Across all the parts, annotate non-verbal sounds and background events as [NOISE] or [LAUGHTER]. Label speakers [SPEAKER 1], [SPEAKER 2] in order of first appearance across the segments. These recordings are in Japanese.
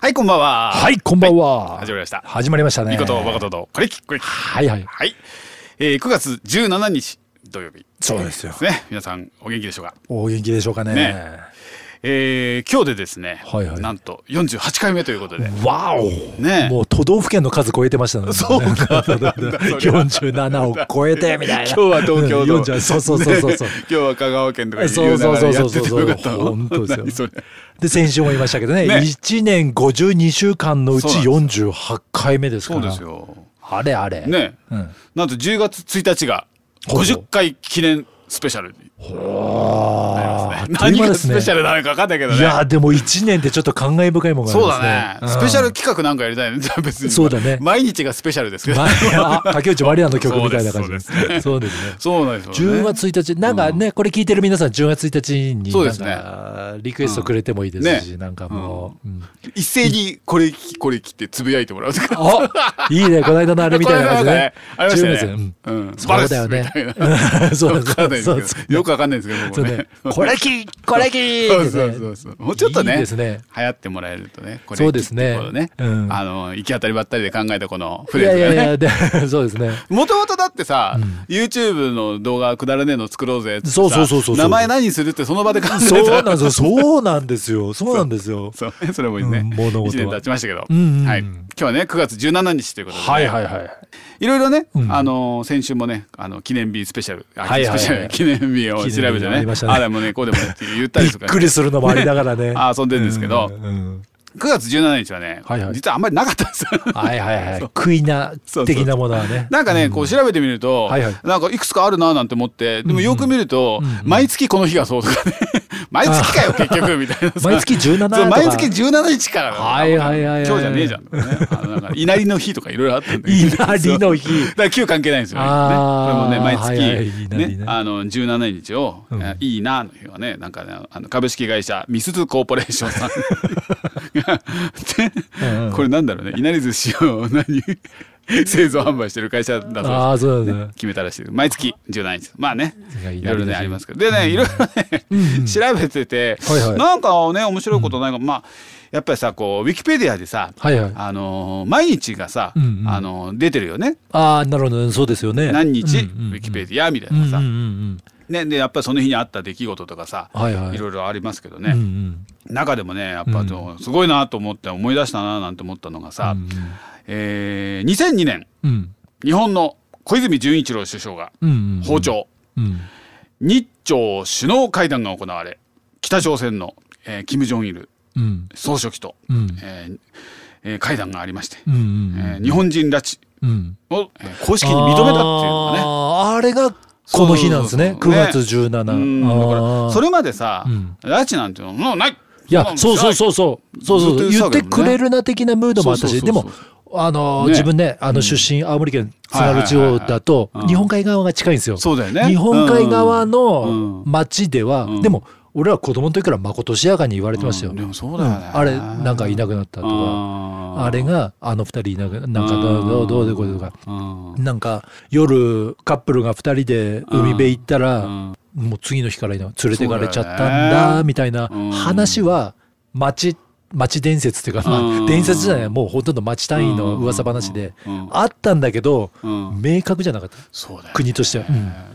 [SPEAKER 1] はい、こんばんは。。
[SPEAKER 2] はいい、こんばんは。
[SPEAKER 1] 始まりました
[SPEAKER 2] 始まりましたね。
[SPEAKER 1] いいこと、バカとと、これき、これき。
[SPEAKER 2] はいはい。
[SPEAKER 1] はい。えー、9月17日土曜日で
[SPEAKER 2] そうですよ。
[SPEAKER 1] すね。皆さんお元気でしょうか。
[SPEAKER 2] お元気でしょうかね。
[SPEAKER 1] ねえー、今日でですね、
[SPEAKER 2] はいはい
[SPEAKER 1] なんと48回目ということで。
[SPEAKER 2] わお。
[SPEAKER 1] ね
[SPEAKER 2] もう都道府県の数超えてましたね。そうか。四十七を超えてみた
[SPEAKER 1] [LAUGHS]
[SPEAKER 2] いな。
[SPEAKER 1] 今日は東京
[SPEAKER 2] 四
[SPEAKER 1] の。
[SPEAKER 2] 十。そうそうそうそうそう
[SPEAKER 1] ね。 [LAUGHS] 今日は香川県とか
[SPEAKER 2] そ
[SPEAKER 1] いうう
[SPEAKER 2] そ
[SPEAKER 1] そうう
[SPEAKER 2] そ
[SPEAKER 1] そうう
[SPEAKER 2] そ
[SPEAKER 1] そううそ
[SPEAKER 2] そう
[SPEAKER 1] う。よかったの
[SPEAKER 2] 本
[SPEAKER 1] [LAUGHS]
[SPEAKER 2] 当ですよ
[SPEAKER 1] 何それ
[SPEAKER 2] で先週も言いましたけどね、
[SPEAKER 1] ね
[SPEAKER 2] 1年52週間のうち
[SPEAKER 1] そう
[SPEAKER 2] 48回目ですか
[SPEAKER 1] そう
[SPEAKER 2] ら
[SPEAKER 1] ですよ。
[SPEAKER 2] あれあれ、
[SPEAKER 1] ね、
[SPEAKER 2] うん、
[SPEAKER 1] なんと10月1日が50回記念スペシャルに
[SPEAKER 2] あーあっとい
[SPEAKER 1] 何
[SPEAKER 2] う間
[SPEAKER 1] が
[SPEAKER 2] です
[SPEAKER 1] ス
[SPEAKER 2] ね
[SPEAKER 1] ペシャルなのか分かんないけどね
[SPEAKER 2] いやーでも1年ってちょっと感慨深いものがあり
[SPEAKER 1] そう
[SPEAKER 2] ます
[SPEAKER 1] だ
[SPEAKER 2] ね
[SPEAKER 1] ね、スペシャル
[SPEAKER 2] うん
[SPEAKER 1] 企画なんかやりたいね [LAUGHS] じゃあ別に
[SPEAKER 2] そうだね
[SPEAKER 1] 毎日がスペシャルですけど、
[SPEAKER 2] まああ竹内まりやの曲みたいな感じ
[SPEAKER 1] そうですそうです
[SPEAKER 2] そうですね
[SPEAKER 1] [LAUGHS] そうなんですよね
[SPEAKER 2] 10月1日なんかね、これ聞いてる皆さん10月1日に
[SPEAKER 1] そうで
[SPEAKER 2] なん
[SPEAKER 1] すね
[SPEAKER 2] か、リクエストくれてもいいですし、
[SPEAKER 1] ね
[SPEAKER 2] なんかもう、うん
[SPEAKER 1] 一斉にこれ聞きこれ聞きってつぶやいてもらうとか
[SPEAKER 2] あいいねこの間のあれみたいな感じね
[SPEAKER 1] [LAUGHS] これなんかねありましたよ
[SPEAKER 2] 10月
[SPEAKER 1] ね
[SPEAKER 2] うん
[SPEAKER 1] うん
[SPEAKER 2] そうだよね
[SPEAKER 1] バレスみたいな
[SPEAKER 2] そ
[SPEAKER 1] [LAUGHS]
[SPEAKER 2] う
[SPEAKER 1] わかんないです
[SPEAKER 2] そう
[SPEAKER 1] け
[SPEAKER 2] そう
[SPEAKER 1] どよくわかんないですけど
[SPEAKER 2] そ
[SPEAKER 1] 僕
[SPEAKER 2] う
[SPEAKER 1] も
[SPEAKER 2] ね
[SPEAKER 1] ね、
[SPEAKER 2] これきこれき
[SPEAKER 1] そうそうそうそうもうちょっとね
[SPEAKER 2] いいですね
[SPEAKER 1] 流行ってもらえるとねこれ
[SPEAKER 2] そうですね
[SPEAKER 1] 聞きっていうことね、
[SPEAKER 2] うん
[SPEAKER 1] あの行き当たりばったりで考えたこのフ
[SPEAKER 2] い
[SPEAKER 1] レー
[SPEAKER 2] や
[SPEAKER 1] ズ
[SPEAKER 2] い
[SPEAKER 1] が
[SPEAKER 2] や
[SPEAKER 1] ね
[SPEAKER 2] いやで [LAUGHS] そうですね
[SPEAKER 1] もともとだってさ、YouTube の動画くだらねえの作ろうぜっつってさ
[SPEAKER 2] そうそうそうそうそう
[SPEAKER 1] 名前何するってその場で考えた
[SPEAKER 2] そうな
[SPEAKER 1] [LAUGHS]
[SPEAKER 2] んですよそうなんですよそうなんです
[SPEAKER 1] そ
[SPEAKER 2] よ
[SPEAKER 1] う [LAUGHS] それもいいね、
[SPEAKER 2] うん物事は
[SPEAKER 1] 1年経ちましたけど、
[SPEAKER 2] うんうん
[SPEAKER 1] はい、今日はね9月17日ということでね、
[SPEAKER 2] はいはいはい
[SPEAKER 1] いろいろね、
[SPEAKER 2] ん
[SPEAKER 1] あのー先週もねあの記念日スペシャルあ
[SPEAKER 2] はいはいはい
[SPEAKER 1] スペシャル記念日を調べて
[SPEAKER 2] 記念日あ
[SPEAKER 1] ね
[SPEAKER 2] りましたね
[SPEAKER 1] ああでもねこうでもねって言った
[SPEAKER 2] び
[SPEAKER 1] り
[SPEAKER 2] っ
[SPEAKER 1] とか、
[SPEAKER 2] くりするのもありながらね
[SPEAKER 1] [LAUGHS] あ遊んでんですけど、
[SPEAKER 2] うんうん
[SPEAKER 1] 9月17日はね、
[SPEAKER 2] はいはい
[SPEAKER 1] 実はあんまりなかったんですよ。
[SPEAKER 2] はいはいはい食いな的なものはね
[SPEAKER 1] なんかね、こう調べてみると、
[SPEAKER 2] はいはい
[SPEAKER 1] なんかいくつかあるななんて思って、でもよく見ると、毎月この日がそうとかね、 [LAUGHS] 毎月かよ結局みたいなさ。
[SPEAKER 2] 毎月17とか
[SPEAKER 1] そう毎月17日からだ
[SPEAKER 2] はいはいはいはい
[SPEAKER 1] 今日じゃねえじゃん、ね。あのなんか稲荷の日とかいろいろあったんだけど。
[SPEAKER 2] いなり
[SPEAKER 1] [LAUGHS]
[SPEAKER 2] の日
[SPEAKER 1] だから旧関係ないんですよね。
[SPEAKER 2] あー
[SPEAKER 1] これもね毎月、
[SPEAKER 2] はいはいいいなり
[SPEAKER 1] ね
[SPEAKER 2] ね
[SPEAKER 1] あの17日を、
[SPEAKER 2] ん
[SPEAKER 1] えいいなの日はねなんかねあの株式会社ミスズコーポレーションさんで
[SPEAKER 2] [LAUGHS] うん
[SPEAKER 1] [LAUGHS]
[SPEAKER 2] うん
[SPEAKER 1] これなんだろうねいなり寿司を何製造販売してる会社だそうです
[SPEAKER 2] ああそうだね
[SPEAKER 1] 決めたらしい毎月17日まあね
[SPEAKER 2] いやい
[SPEAKER 1] い
[SPEAKER 2] な
[SPEAKER 1] ろい
[SPEAKER 2] り
[SPEAKER 1] ろ
[SPEAKER 2] だ
[SPEAKER 1] ね
[SPEAKER 2] し
[SPEAKER 1] ありますけどでねいろいろね調べてて
[SPEAKER 2] はいはい
[SPEAKER 1] なんかね面白いことないかまあやっぱりさこうウィキペディアでさ
[SPEAKER 2] はいはい
[SPEAKER 1] あのー毎日がさ
[SPEAKER 2] うんうん
[SPEAKER 1] あのー出てるよね
[SPEAKER 2] ああなるほどそうですよね
[SPEAKER 1] 何日ウ
[SPEAKER 2] うんうんうん
[SPEAKER 1] ィキペディアみたい
[SPEAKER 2] うんう
[SPEAKER 1] なん
[SPEAKER 2] う
[SPEAKER 1] さ
[SPEAKER 2] ん
[SPEAKER 1] ねでやっぱりその日にあった出来事とかさ
[SPEAKER 2] はいはい
[SPEAKER 1] いろいろありますけど
[SPEAKER 2] うんう
[SPEAKER 1] ね
[SPEAKER 2] ん
[SPEAKER 1] 中でもねやっぱあのすごいなと思って思い出したななんて思ったのがさえー2002年
[SPEAKER 2] うん
[SPEAKER 1] 日本の小泉純一郎首相が
[SPEAKER 2] うんうん
[SPEAKER 1] 訪朝
[SPEAKER 2] うん
[SPEAKER 1] 日朝首脳会談が行われ北朝鮮の、えー、金正日
[SPEAKER 2] うん
[SPEAKER 1] 総書記と、
[SPEAKER 2] うん
[SPEAKER 1] えーえー会談がありまして、
[SPEAKER 2] うんうん
[SPEAKER 1] えー日本人拉致
[SPEAKER 2] うん
[SPEAKER 1] を、えー公式に認めたっていうのがね。
[SPEAKER 2] あーあれがこの日なんですね
[SPEAKER 1] そうそうそう
[SPEAKER 2] 9月17
[SPEAKER 1] うんだからそれまでさ、
[SPEAKER 2] うん
[SPEAKER 1] 拉致なんていうのもうない
[SPEAKER 2] いやそうそうそううそうそうそうそう
[SPEAKER 1] ずっ
[SPEAKER 2] 言っ
[SPEAKER 1] と言ってたけどね
[SPEAKER 2] てくれるな的なムードもあったし
[SPEAKER 1] そうそ
[SPEAKER 2] で
[SPEAKER 1] うそう
[SPEAKER 2] も
[SPEAKER 1] そう
[SPEAKER 2] あのー
[SPEAKER 1] ね
[SPEAKER 2] 自分ねあの出身青森県津軽地方だと
[SPEAKER 1] はいはいはいはいうん
[SPEAKER 2] 日本海側が近いんですよ
[SPEAKER 1] そうだよね
[SPEAKER 2] 日本海側
[SPEAKER 1] うん
[SPEAKER 2] の
[SPEAKER 1] うん
[SPEAKER 2] 町では
[SPEAKER 1] うん
[SPEAKER 2] でも俺は子供の時からまことしやかに言われてましたよ
[SPEAKER 1] うんでもそうだよね
[SPEAKER 2] んあれなんかいなくなったとか
[SPEAKER 1] あー
[SPEAKER 2] あれがあの二人いなくなんかどうどうどうでこうでとか
[SPEAKER 1] うん
[SPEAKER 2] なんか夜カップルが2人で海辺行ったら、
[SPEAKER 1] うん
[SPEAKER 2] もう次の日からいな連れてかれちゃったん
[SPEAKER 1] そうだ
[SPEAKER 2] だ
[SPEAKER 1] よね
[SPEAKER 2] みたいな
[SPEAKER 1] うん
[SPEAKER 2] 話は町町伝説っていうか、ま
[SPEAKER 1] う
[SPEAKER 2] あ、
[SPEAKER 1] ん
[SPEAKER 2] 伝説じゃないもうほとんど町単位の噂話で
[SPEAKER 1] うんうん
[SPEAKER 2] あったんだけど
[SPEAKER 1] うん
[SPEAKER 2] 明確じゃなかった
[SPEAKER 1] そうだよね
[SPEAKER 2] 国としては、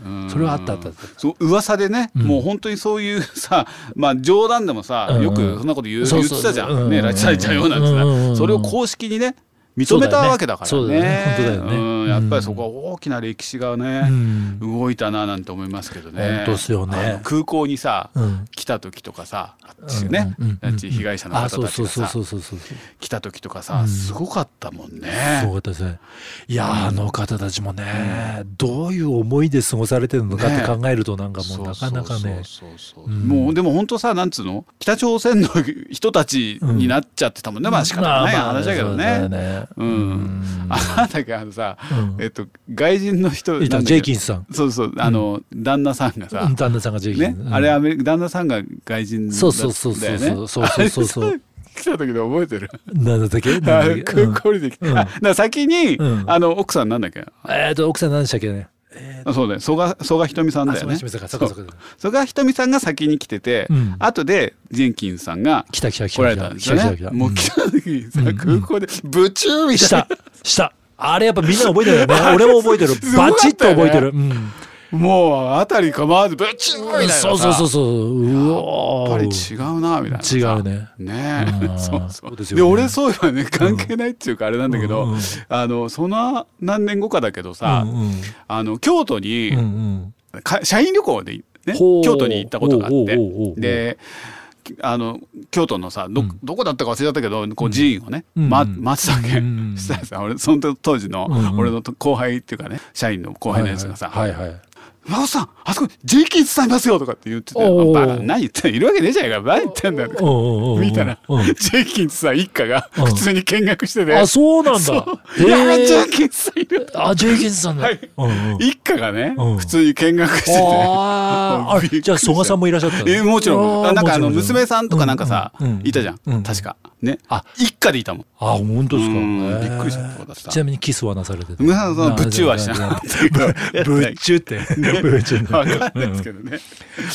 [SPEAKER 1] うん
[SPEAKER 2] それはあったあったあった
[SPEAKER 1] そう噂でね、
[SPEAKER 2] ん
[SPEAKER 1] もう本当にそういうさまあ冗談でもさ、
[SPEAKER 2] うんうん
[SPEAKER 1] よくそんなこと言う
[SPEAKER 2] そ
[SPEAKER 1] 言っ
[SPEAKER 2] うそう
[SPEAKER 1] てたじゃん、
[SPEAKER 2] うんうん
[SPEAKER 1] ね拉致されちゃうよなんてさ、
[SPEAKER 2] うんうんうん
[SPEAKER 1] それを公式にね認めたわけだからね
[SPEAKER 2] そうだよねそうだよね本当だよね
[SPEAKER 1] うんやっぱりそこは大きな歴史がね、
[SPEAKER 2] ん
[SPEAKER 1] 動いたななんて思いますけどね
[SPEAKER 2] 本当っすよね
[SPEAKER 1] あの空港にさ、
[SPEAKER 2] うん
[SPEAKER 1] 来た時とかさあっちね、
[SPEAKER 2] うんうんうん
[SPEAKER 1] 拉致被害者の
[SPEAKER 2] あ
[SPEAKER 1] 方
[SPEAKER 2] そう
[SPEAKER 1] たち
[SPEAKER 2] そう
[SPEAKER 1] が
[SPEAKER 2] そう
[SPEAKER 1] さ
[SPEAKER 2] そうそうそう
[SPEAKER 1] 来た時とかさ、すごかったもん
[SPEAKER 2] す
[SPEAKER 1] ね
[SPEAKER 2] ご。かったですね。いやーあの方たちもね、どういう思いで過ごされてるのかって考えるとなんかもうなかなかね
[SPEAKER 1] そうそうそうそうもうでも本当さなんつうの北朝鮮の人たちになっちゃってたもんね、まあ仕方がない話だけど
[SPEAKER 2] まあまあ
[SPEAKER 1] ね。
[SPEAKER 2] そうだよね
[SPEAKER 1] うん、あなんだっけあのさ、えっと外人の人
[SPEAKER 2] え
[SPEAKER 1] な
[SPEAKER 2] っと
[SPEAKER 1] んだっけ
[SPEAKER 2] ジェイキンスさん
[SPEAKER 1] そうそうあの、旦那さんがさ、
[SPEAKER 2] うん旦那さんがジェイキ
[SPEAKER 1] ね
[SPEAKER 2] ン、うん
[SPEAKER 1] あれアメリカ旦那さんが外人だったんだよね
[SPEAKER 2] そうそうそうそうそうそうそうそうそう
[SPEAKER 1] あれさ来た時で覚えてる
[SPEAKER 2] なんだったっけなんだっけ
[SPEAKER 1] あ空港降りてきて、
[SPEAKER 2] うん
[SPEAKER 1] あだから先に、
[SPEAKER 2] うん
[SPEAKER 1] あの奥さんなんだっけ
[SPEAKER 2] うんえっと奥さん何でしたっけねえ
[SPEAKER 1] そうだよ曽我曽我ひとみさんだよね
[SPEAKER 2] あ曽我ひとみさんかそうかそうか
[SPEAKER 1] 曽我ひとみさんが先に来てて、
[SPEAKER 2] うん
[SPEAKER 1] 後でジェンキンさんが
[SPEAKER 2] 来た来た来
[SPEAKER 1] 来ら
[SPEAKER 2] た
[SPEAKER 1] れ
[SPEAKER 2] 来
[SPEAKER 1] た
[SPEAKER 2] た
[SPEAKER 1] んですよね
[SPEAKER 2] 来た来た
[SPEAKER 1] もう来た時にさ、空港でブチューみ
[SPEAKER 2] した
[SPEAKER 1] い
[SPEAKER 2] たしたあれやっぱみんな覚えてる
[SPEAKER 1] [LAUGHS]
[SPEAKER 2] よね俺も覚えてる
[SPEAKER 1] すごかったよ
[SPEAKER 2] バ
[SPEAKER 1] ね
[SPEAKER 2] チッと覚えてる、うん
[SPEAKER 1] なもう辺り構わずブチューみたいなさ
[SPEAKER 2] そうそうそうそううお
[SPEAKER 1] やっぱり
[SPEAKER 2] ー
[SPEAKER 1] 違うなみたいなさ
[SPEAKER 2] 違うね
[SPEAKER 1] ねえ、
[SPEAKER 2] うん
[SPEAKER 1] そうそ
[SPEAKER 2] そ
[SPEAKER 1] う
[SPEAKER 2] うで
[SPEAKER 1] です
[SPEAKER 2] よね
[SPEAKER 1] 俺そういえばね関係ないっていうかあれなんだけど、
[SPEAKER 2] うんうん
[SPEAKER 1] あのその何年後かだけどさ、
[SPEAKER 2] うんうん
[SPEAKER 1] あの京都に、
[SPEAKER 2] うん
[SPEAKER 1] か社員旅行で、ね、
[SPEAKER 2] ほう
[SPEAKER 1] 京都に行ったことがあって
[SPEAKER 2] ほうほうほうほう
[SPEAKER 1] であの京都のさど,、
[SPEAKER 2] うん
[SPEAKER 1] どこだったか忘れちゃったけどこう寺院をね、
[SPEAKER 2] うん
[SPEAKER 1] ま、待つだけ、
[SPEAKER 2] うん
[SPEAKER 1] [LAUGHS] したらさ俺その当時の、
[SPEAKER 2] うん
[SPEAKER 1] 俺の後輩っていうかね社員の後輩のやつがさ「
[SPEAKER 2] はいはいはいはい
[SPEAKER 1] 真帆さんあそこジェイキン伝えますよ」とかって言ってて「
[SPEAKER 2] おう
[SPEAKER 1] バカ何言ってんのいるわけねえじゃねえか何言ってんだよ」とか
[SPEAKER 2] うんうんうん
[SPEAKER 1] [LAUGHS] 見たら、
[SPEAKER 2] うん
[SPEAKER 1] ジェイキンスさん一家が
[SPEAKER 2] うん
[SPEAKER 1] 普通に見学してて、
[SPEAKER 2] あそうなん
[SPEAKER 1] そ
[SPEAKER 2] だ
[SPEAKER 1] [LAUGHS] ういやジェイキンスさんいる
[SPEAKER 2] あジェイキンスさんだ、
[SPEAKER 1] はい
[SPEAKER 2] うんうん
[SPEAKER 1] 一家がね、
[SPEAKER 2] うん
[SPEAKER 1] 普通に見学してて。
[SPEAKER 2] あー
[SPEAKER 1] びっくり
[SPEAKER 2] あ
[SPEAKER 1] し
[SPEAKER 2] じ
[SPEAKER 1] た
[SPEAKER 2] ゃあ曽我さんもいらっしゃったの
[SPEAKER 1] えもちろん
[SPEAKER 2] あー
[SPEAKER 1] なんかあの
[SPEAKER 2] もちろんもちろん
[SPEAKER 1] 娘さんとかなんかさ、
[SPEAKER 2] うんうんうん
[SPEAKER 1] いたじゃん、
[SPEAKER 2] うん
[SPEAKER 1] 確かね
[SPEAKER 2] あ
[SPEAKER 1] 一家でいたもん
[SPEAKER 2] あ本当ですか
[SPEAKER 1] うん
[SPEAKER 2] へー
[SPEAKER 1] びっくりしたことだった
[SPEAKER 2] ちなみにキスはなされてた
[SPEAKER 1] 娘さんそのぶっちゅうはしなかったけど
[SPEAKER 2] ぶっちゅ
[SPEAKER 1] [LAUGHS]
[SPEAKER 2] ってぶっちゅって
[SPEAKER 1] わかんないですけどね、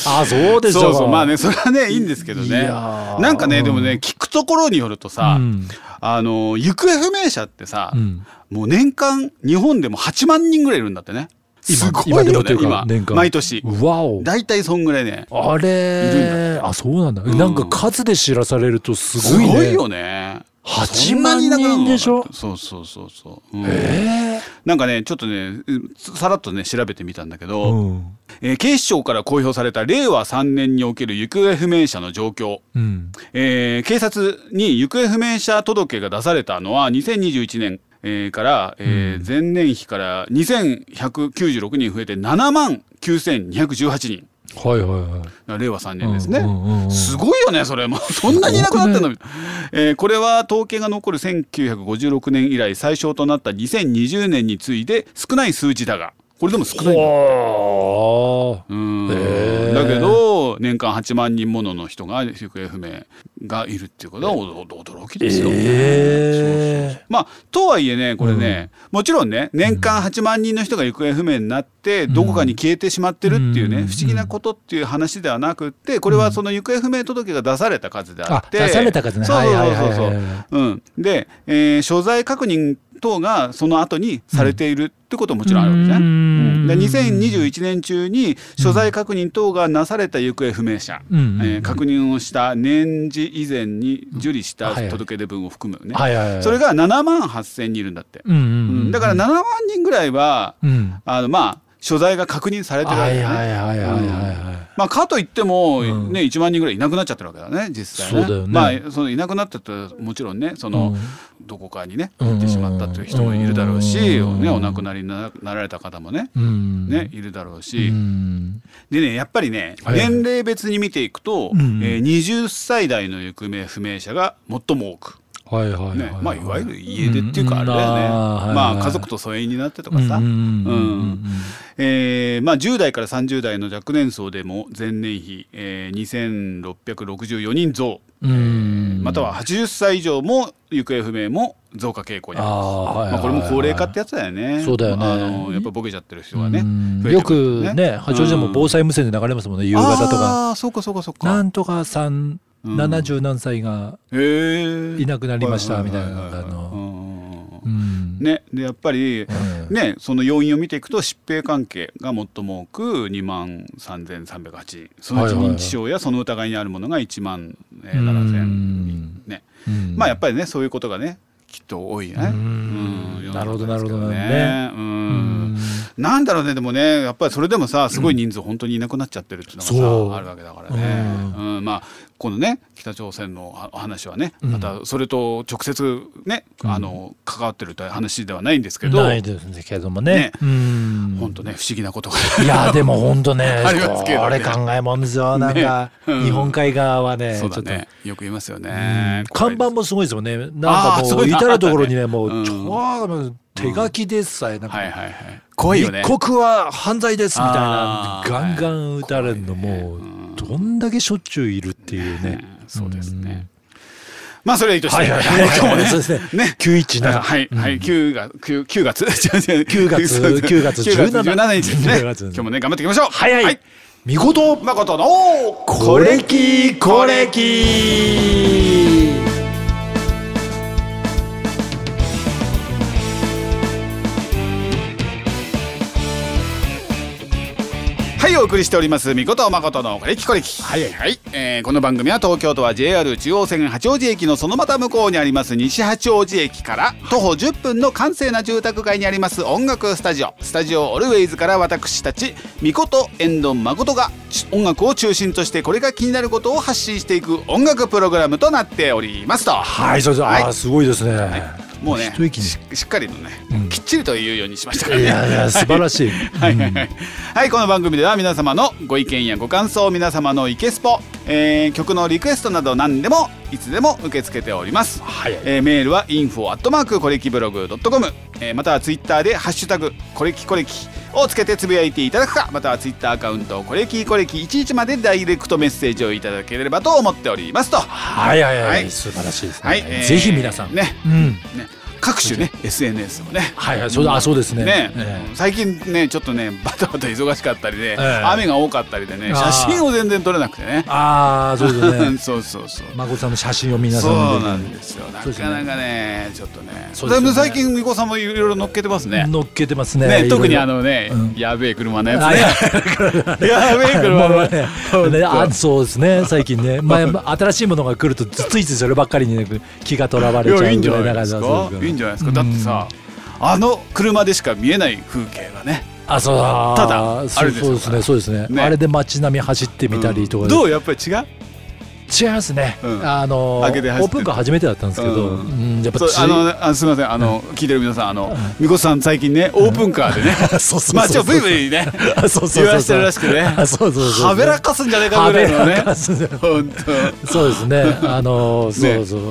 [SPEAKER 2] あそうでしょ
[SPEAKER 1] そうそうまあねそれはねいいんですけど
[SPEAKER 2] い
[SPEAKER 1] ね
[SPEAKER 2] やー
[SPEAKER 1] なんかねでもね聞くところによるとさ、
[SPEAKER 2] うん
[SPEAKER 1] あの行方不明者ってさ、
[SPEAKER 2] うん
[SPEAKER 1] もう年間日本でも8万人ぐらいいるんだってねすごい
[SPEAKER 2] 今でも
[SPEAKER 1] よ
[SPEAKER 2] って
[SPEAKER 1] ね
[SPEAKER 2] いうか
[SPEAKER 1] 今
[SPEAKER 2] 年間
[SPEAKER 1] 毎年
[SPEAKER 2] わお
[SPEAKER 1] 大体そんぐらいね
[SPEAKER 2] あ
[SPEAKER 1] いるん
[SPEAKER 2] れ
[SPEAKER 1] だ
[SPEAKER 2] あそうなんだ、
[SPEAKER 1] ん
[SPEAKER 2] なんか数で知らされるとす
[SPEAKER 1] す
[SPEAKER 2] ごいね
[SPEAKER 1] ごいよね
[SPEAKER 2] 8
[SPEAKER 1] そんなにいなくなるの
[SPEAKER 2] 万人でしょ
[SPEAKER 1] そうそうそうそう、うん
[SPEAKER 2] え
[SPEAKER 1] なんかねちょっとねうんさらっとね調べてみたんだけ
[SPEAKER 2] ー、
[SPEAKER 1] ど、
[SPEAKER 2] うん
[SPEAKER 1] えー警視庁から公表された令和3年における行方不明者の状況、
[SPEAKER 2] うん
[SPEAKER 1] えー警察に行方不明者届が出されたのは2021年、えーから、えー前年比から2196人増えて7万9218人
[SPEAKER 2] はいはいはい
[SPEAKER 1] 令和3年です
[SPEAKER 2] う
[SPEAKER 1] ね。
[SPEAKER 2] んうんうん
[SPEAKER 1] すごいよねそれもそんなにいなくなってんの、えーこれは統計が残る1956年以来最小となった2020年に次いで少ない数字だがこれでも少ないんだ
[SPEAKER 2] はあ
[SPEAKER 1] うん
[SPEAKER 2] へー
[SPEAKER 1] だけど年間8万人ものの人が行方不明がいるっていうことはおど驚きですよね。そうそう
[SPEAKER 2] え
[SPEAKER 1] まあ、とはいえねこれね、もちろんね年間8万人の人が行方不明になって、どこかに消えてしまってるっていうね、
[SPEAKER 2] うん
[SPEAKER 1] 不思議なことっていう話ではなくってこれはその行方不明届が出された数であって
[SPEAKER 2] あ出された数ね
[SPEAKER 1] そうそうそうそ
[SPEAKER 2] はいうはいはい
[SPEAKER 1] うんで、えー所在確認等がその後にされているってことももちろんあるわけじゃ。
[SPEAKER 2] うんん
[SPEAKER 1] で2021年中に所在確認等がなされた行方不明者、
[SPEAKER 2] うんうんうん
[SPEAKER 1] えー確認をした年次以前に受理した
[SPEAKER 2] はいはい
[SPEAKER 1] 届出分を含むね、
[SPEAKER 2] はいはいはい
[SPEAKER 1] それが7万8,000人いるんだって、
[SPEAKER 2] うんう
[SPEAKER 1] うん
[SPEAKER 2] んうん
[SPEAKER 1] だから7万人ぐらいは
[SPEAKER 2] うん
[SPEAKER 1] あのまあ所在が確認されてるわ
[SPEAKER 2] は
[SPEAKER 1] け
[SPEAKER 2] い
[SPEAKER 1] だね、
[SPEAKER 2] はいはいはいはいはい
[SPEAKER 1] まあ、かといっても、
[SPEAKER 2] うん
[SPEAKER 1] ね、1万人ぐらいいなくなっちゃってるわけだね実際ね
[SPEAKER 2] そうだよね
[SPEAKER 1] まあ、そのいなくなったってもちろんねその、どこかにね
[SPEAKER 2] うん
[SPEAKER 1] 行ってしまったという人もいるだろうし、
[SPEAKER 2] うん
[SPEAKER 1] ね、お亡くなりにななられた方もね
[SPEAKER 2] うん
[SPEAKER 1] ね、いるだろう
[SPEAKER 2] う
[SPEAKER 1] し、
[SPEAKER 2] ん
[SPEAKER 1] でねやっぱりね
[SPEAKER 2] はい
[SPEAKER 1] 年齢別に見ていくと、
[SPEAKER 2] うんうん
[SPEAKER 1] えー20歳代の行方不明者が最も多く、
[SPEAKER 2] はいはいは
[SPEAKER 1] ね
[SPEAKER 2] いはい
[SPEAKER 1] まあ、いわゆる家出っていうかあれだよね、
[SPEAKER 2] うんうん
[SPEAKER 1] まあ、家族と疎遠になってとかさ、
[SPEAKER 2] うんうんうんうんうん
[SPEAKER 1] えーまあ、10代から30代の若年層でも前年比、えー、2664人増、
[SPEAKER 2] うん
[SPEAKER 1] または80歳以上も行方不明も増加傾向にある。
[SPEAKER 2] あーはいはいはいはい
[SPEAKER 1] まあ、これも高齢化ってやつだよね。
[SPEAKER 2] そうだよね
[SPEAKER 1] あのやっぱボケちゃってる人が
[SPEAKER 2] う
[SPEAKER 1] ね
[SPEAKER 2] ん。
[SPEAKER 1] 増え
[SPEAKER 2] よ
[SPEAKER 1] てくる
[SPEAKER 2] くね八王子でも防災無線で流れますもんね夕方とか。
[SPEAKER 1] ああー、そうかそうかそう
[SPEAKER 2] な
[SPEAKER 1] か。
[SPEAKER 2] んとかさん
[SPEAKER 1] うん
[SPEAKER 2] 70何歳が
[SPEAKER 1] へえ。
[SPEAKER 2] いなくなりました
[SPEAKER 1] は
[SPEAKER 2] みたいな
[SPEAKER 1] は
[SPEAKER 2] なん
[SPEAKER 1] は
[SPEAKER 2] かあの
[SPEAKER 1] うんうんうんうん
[SPEAKER 2] うん
[SPEAKER 1] ね、でやっぱり、
[SPEAKER 2] うん
[SPEAKER 1] ね、その要因を見ていくと疾病関係が最も多く2万3308そのうち
[SPEAKER 2] はいはいは
[SPEAKER 1] 認
[SPEAKER 2] い
[SPEAKER 1] 知症やその疑いにあるものが1万えー
[SPEAKER 2] う
[SPEAKER 1] 7000
[SPEAKER 2] ん
[SPEAKER 1] ね、
[SPEAKER 2] うん
[SPEAKER 1] まあやっぱりねそういうことがねきっと多いよね。
[SPEAKER 2] うん
[SPEAKER 1] うん
[SPEAKER 2] なるほどなるほど
[SPEAKER 1] 世の中ですけ
[SPEAKER 2] な
[SPEAKER 1] ね。うんなんだろうねでもねやっぱりそれでもさすごい人数本当にいなくなっちゃってるっていう
[SPEAKER 2] そ
[SPEAKER 1] の
[SPEAKER 2] う
[SPEAKER 1] がさあるわけだからね、うんまあこのね北朝鮮のはお話はね
[SPEAKER 2] ん
[SPEAKER 1] またそれと直接ね、あの関わってるという話ではないんですけど
[SPEAKER 2] ないですけどもね
[SPEAKER 1] ね。
[SPEAKER 2] うん
[SPEAKER 1] 本当ね不思議なことが
[SPEAKER 2] いやでも本当ね
[SPEAKER 1] [LAUGHS] ありますけどね
[SPEAKER 2] これ考えもんですよなんか
[SPEAKER 1] ねうん
[SPEAKER 2] 日本海側はねち
[SPEAKER 1] そ
[SPEAKER 2] ょ
[SPEAKER 1] う
[SPEAKER 2] っ
[SPEAKER 1] だ
[SPEAKER 2] と
[SPEAKER 1] ねよく言いますよね怖
[SPEAKER 2] 看
[SPEAKER 1] い
[SPEAKER 2] 板もすごいですよねなんか
[SPEAKER 1] あー
[SPEAKER 2] も
[SPEAKER 1] そううだ
[SPEAKER 2] 至る所にねも
[SPEAKER 1] う
[SPEAKER 2] うん超手書きでさえなんか
[SPEAKER 1] はいはいはい怖いよね
[SPEAKER 2] 一刻は犯罪ですみたいな
[SPEAKER 1] あー
[SPEAKER 2] ガンガン打たれるのもうどんだけしょっちゅういるっていうね
[SPEAKER 1] そうですねまあそれはいいとして、
[SPEAKER 2] はいはい
[SPEAKER 1] [LAUGHS] 今日もね
[SPEAKER 2] そうですね
[SPEAKER 1] ね
[SPEAKER 2] 917
[SPEAKER 1] はい、はい、九月、九、 [LAUGHS] 九月、違う違う
[SPEAKER 2] [LAUGHS] 九月
[SPEAKER 1] そう
[SPEAKER 2] 九月
[SPEAKER 1] 九
[SPEAKER 2] 17
[SPEAKER 1] 十七日ですね。今
[SPEAKER 2] [LAUGHS] 九月
[SPEAKER 1] 日もね、頑張っていきましょう。
[SPEAKER 2] はいはい。見事
[SPEAKER 1] 誠の
[SPEAKER 2] コレキ
[SPEAKER 1] コレキはいお送りしておりますみこと誠のコレキコレキはいはい、えーこの番組は東京都は JR 中央線八王子駅のそのまた向こうにあります西八王子駅から徒歩10分の閑静な住宅街にあります音楽スタジオスタジオオルウェイズから私たちみこと遠藤誠がち音楽を中心としてこれが気になることを発信していく音楽プログラムとなっておりますと
[SPEAKER 2] はいそうですあ
[SPEAKER 1] は
[SPEAKER 2] ーすごいですね
[SPEAKER 1] もうね
[SPEAKER 2] 一息に
[SPEAKER 1] ししっかりのね、
[SPEAKER 2] うん
[SPEAKER 1] きっちりと言うようにしましたから
[SPEAKER 2] い
[SPEAKER 1] ね
[SPEAKER 2] やいや素晴らしい
[SPEAKER 1] はいはいはい、はい、この番組では皆様のご意見やご感想皆様のイケスポ、えー曲のリクエストなど何でもいつでも受け付けております、
[SPEAKER 2] はいはい
[SPEAKER 1] えーメールは info アットマークコレキブログドットコム、えーまたはツイッターでハッシュタグコレキコレキをつけてつぶやいていただくかまたはツイッターアカウントコレキコレキ11までダイレクトメッセージをいただければと思っておりますとは
[SPEAKER 2] はいはいは
[SPEAKER 1] はいい
[SPEAKER 2] 素晴らしいです
[SPEAKER 1] い、え
[SPEAKER 2] ね
[SPEAKER 1] ー
[SPEAKER 2] ぜひ皆さん
[SPEAKER 1] ね
[SPEAKER 2] うん
[SPEAKER 1] ね各種ね SNS をね
[SPEAKER 2] はいはいそうだあそうですね
[SPEAKER 1] ね
[SPEAKER 2] ええ
[SPEAKER 1] 最近ねちょっとねバタバタ忙しかったりで、
[SPEAKER 2] え
[SPEAKER 1] 雨が多かったりでね
[SPEAKER 2] あー
[SPEAKER 1] 写真を全然撮れなくてね
[SPEAKER 2] ああそうで
[SPEAKER 1] [LAUGHS]
[SPEAKER 2] すね
[SPEAKER 1] そうそうそう
[SPEAKER 2] 孫さんの写真を皆さん
[SPEAKER 1] そうな
[SPEAKER 2] 見
[SPEAKER 1] ん
[SPEAKER 2] て
[SPEAKER 1] ですよな
[SPEAKER 2] そうですね
[SPEAKER 1] かなかねちょっとね
[SPEAKER 2] そうですよ
[SPEAKER 1] だ
[SPEAKER 2] ね
[SPEAKER 1] いぶ最近みこさんもいろいろ乗っけてますね
[SPEAKER 2] 乗っけてますねいろ
[SPEAKER 1] ね
[SPEAKER 2] いろ
[SPEAKER 1] 特にあのね、
[SPEAKER 2] うん
[SPEAKER 1] やべえ車のや
[SPEAKER 2] あいや
[SPEAKER 1] つね [LAUGHS] やべえ
[SPEAKER 2] [LAUGHS] ま
[SPEAKER 1] 車
[SPEAKER 2] あまあ
[SPEAKER 1] の
[SPEAKER 2] ねねあそうですね最
[SPEAKER 1] [LAUGHS]
[SPEAKER 2] 近ね前まあ新しいものが来るとつついついそればっかりにね気がとらわ
[SPEAKER 1] い
[SPEAKER 2] れちゃう
[SPEAKER 1] やいいん
[SPEAKER 2] ぐ
[SPEAKER 1] じゃ
[SPEAKER 2] ら
[SPEAKER 1] ないです
[SPEAKER 2] だから
[SPEAKER 1] か
[SPEAKER 2] そう
[SPEAKER 1] いいんじゃないですかだってさあの車でしか見えない風景がね
[SPEAKER 2] あそうだ
[SPEAKER 1] ただ
[SPEAKER 2] そ
[SPEAKER 1] あ
[SPEAKER 2] う
[SPEAKER 1] れです
[SPEAKER 2] そう
[SPEAKER 1] よ
[SPEAKER 2] ですねそうですね
[SPEAKER 1] ね
[SPEAKER 2] あれで街並み走ってみたりとか
[SPEAKER 1] どうやっぱり違う
[SPEAKER 2] 違いますね
[SPEAKER 1] うん
[SPEAKER 2] あのオ
[SPEAKER 1] 開けて走ってる
[SPEAKER 2] ープンカー初めてだったんですけど
[SPEAKER 1] う
[SPEAKER 2] うんやっぱ
[SPEAKER 1] そう
[SPEAKER 2] つい
[SPEAKER 1] あのあすみませんあの、聞いてる皆さんあのみこさん最近ねオープンカーでね、
[SPEAKER 2] [LAUGHS] [LAUGHS] そうそうそうそう
[SPEAKER 1] まあちょっとブイブイね
[SPEAKER 2] あそうそうそうそう
[SPEAKER 1] 言わしてるらしくね
[SPEAKER 2] あそうそうそうそう
[SPEAKER 1] はべらかすんじゃないかぐらいの
[SPEAKER 2] はべら
[SPEAKER 1] ね
[SPEAKER 2] かすんじゃない
[SPEAKER 1] 本当
[SPEAKER 2] そうですね。あの
[SPEAKER 1] [LAUGHS] ね
[SPEAKER 2] そうそう。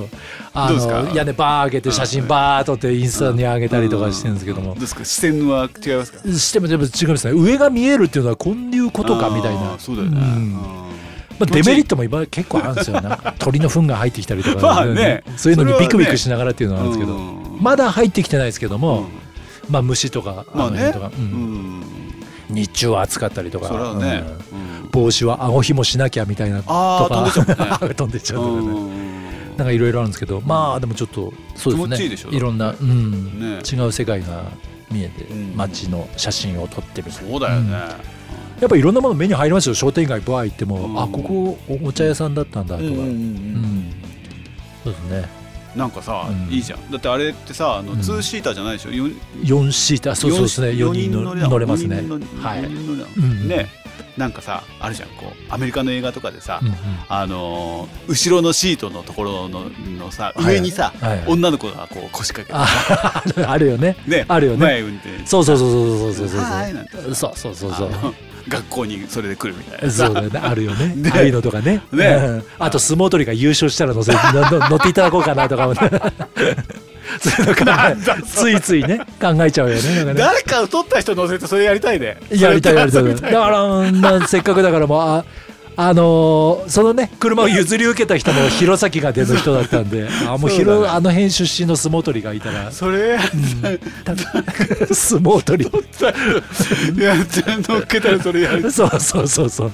[SPEAKER 2] あ
[SPEAKER 1] どうです
[SPEAKER 2] の
[SPEAKER 1] か
[SPEAKER 2] 屋根バー上げて写真バーっとってインスタに上げたりとかしてるんですけども
[SPEAKER 1] どう。ですか視線は違いますか
[SPEAKER 2] してもでも違いますね。上が見えるっていうのはこういうことかみた
[SPEAKER 1] あ
[SPEAKER 2] いな
[SPEAKER 1] ー。そうだよね、
[SPEAKER 2] ん
[SPEAKER 1] あ
[SPEAKER 2] まあ
[SPEAKER 1] 気持ちい
[SPEAKER 2] デ
[SPEAKER 1] い
[SPEAKER 2] メリットも今結構あるんで
[SPEAKER 1] [LAUGHS]
[SPEAKER 2] すよ。なんか鳥の糞が入ってきたりと
[SPEAKER 1] ま
[SPEAKER 2] か
[SPEAKER 1] あ
[SPEAKER 2] ね、
[SPEAKER 1] ね
[SPEAKER 2] そういうの
[SPEAKER 1] それ
[SPEAKER 2] に
[SPEAKER 1] はね
[SPEAKER 2] ビクビクしながらっていうのはあるんですけど、
[SPEAKER 1] うん
[SPEAKER 2] まだ入ってきてないですけど
[SPEAKER 1] う
[SPEAKER 2] も、
[SPEAKER 1] ん
[SPEAKER 2] まあ虫とかあ
[SPEAKER 1] まあ
[SPEAKER 2] の辺
[SPEAKER 1] ね
[SPEAKER 2] とか、う
[SPEAKER 1] うんん、
[SPEAKER 2] 日中は暑かったりとか、
[SPEAKER 1] それはね、
[SPEAKER 2] うん
[SPEAKER 1] うん
[SPEAKER 2] 帽子は顎ひもしなきゃみたいなと
[SPEAKER 1] あ
[SPEAKER 2] か
[SPEAKER 1] ー飛んでっちゃうもん
[SPEAKER 2] [LAUGHS] 飛んでっ
[SPEAKER 1] う
[SPEAKER 2] ちゃうとかね。
[SPEAKER 1] ん
[SPEAKER 2] なんかいろいろあるんですけど、まあでもちょっとそうです
[SPEAKER 1] 気持
[SPEAKER 2] ね。
[SPEAKER 1] ちいいでしょ
[SPEAKER 2] ろんな、う
[SPEAKER 1] ね
[SPEAKER 2] ん、違う世界が見えて、
[SPEAKER 1] うん
[SPEAKER 2] 街の写真を撮ってみたり。
[SPEAKER 1] そうだよね、
[SPEAKER 2] やっぱいろんなもの目に入りますよ。商店街バー行っても、
[SPEAKER 1] うん
[SPEAKER 2] あここおお茶屋さんだったんだとか、
[SPEAKER 1] うんうんうん
[SPEAKER 2] うんそうですね。
[SPEAKER 1] なんかさ、
[SPEAKER 2] うん
[SPEAKER 1] いいじゃんだってあれってさあの、
[SPEAKER 2] うん
[SPEAKER 1] ツーシーターじゃないでしょよん
[SPEAKER 2] 四シーター、そうそうですね。四人の乗れますね。は。
[SPEAKER 1] はいい。
[SPEAKER 2] う
[SPEAKER 1] 四
[SPEAKER 2] ん
[SPEAKER 1] 人乗りなの
[SPEAKER 2] うん
[SPEAKER 1] ね、なんかさ、あるじゃん、こうアメリカの映画とかでさ
[SPEAKER 2] う、ん
[SPEAKER 1] あのー後ろのシートのところののさ、
[SPEAKER 2] はい
[SPEAKER 1] 上にさ
[SPEAKER 2] はい、
[SPEAKER 1] 女の子がこう腰掛けて
[SPEAKER 2] あ [LAUGHS] あるよね。
[SPEAKER 1] ね、
[SPEAKER 2] あるよね。
[SPEAKER 1] 前運転、
[SPEAKER 2] そうそうそうそうそうそう
[SPEAKER 1] はいなんて
[SPEAKER 2] そう。そうそうそうそう。
[SPEAKER 1] あの学校にそれで来るみたいな
[SPEAKER 2] そう
[SPEAKER 1] さ。
[SPEAKER 2] だね、あるよ [LAUGHS] ね。
[SPEAKER 1] ね
[SPEAKER 2] ああいうのとかね。
[SPEAKER 1] ね
[SPEAKER 2] うんあと相撲取りが優勝したら乗せ、のの乗っていただこうかなとかも [LAUGHS] ね。そういうの考え
[SPEAKER 1] なんだ
[SPEAKER 2] ついついね、考えちゃうよね。なんかね
[SPEAKER 1] 誰かを取った人乗せてそれやりたいで。
[SPEAKER 2] やりたいやりたい。だ
[SPEAKER 1] そ
[SPEAKER 2] か
[SPEAKER 1] れと
[SPEAKER 2] ら、うんまあせっかくだからもう、あ、あのーそのね、車を譲り受けた人も弘前が出る人だったん [LAUGHS] で、あも
[SPEAKER 1] そうだね
[SPEAKER 2] う広、あの辺出身の相撲取りがいたら、
[SPEAKER 1] それや
[SPEAKER 2] た相撲取
[SPEAKER 1] [LAUGHS]
[SPEAKER 2] り。
[SPEAKER 1] ったら乗っけたらそれや
[SPEAKER 2] [LAUGHS]
[SPEAKER 1] りたい。
[SPEAKER 2] そうそうそうそう。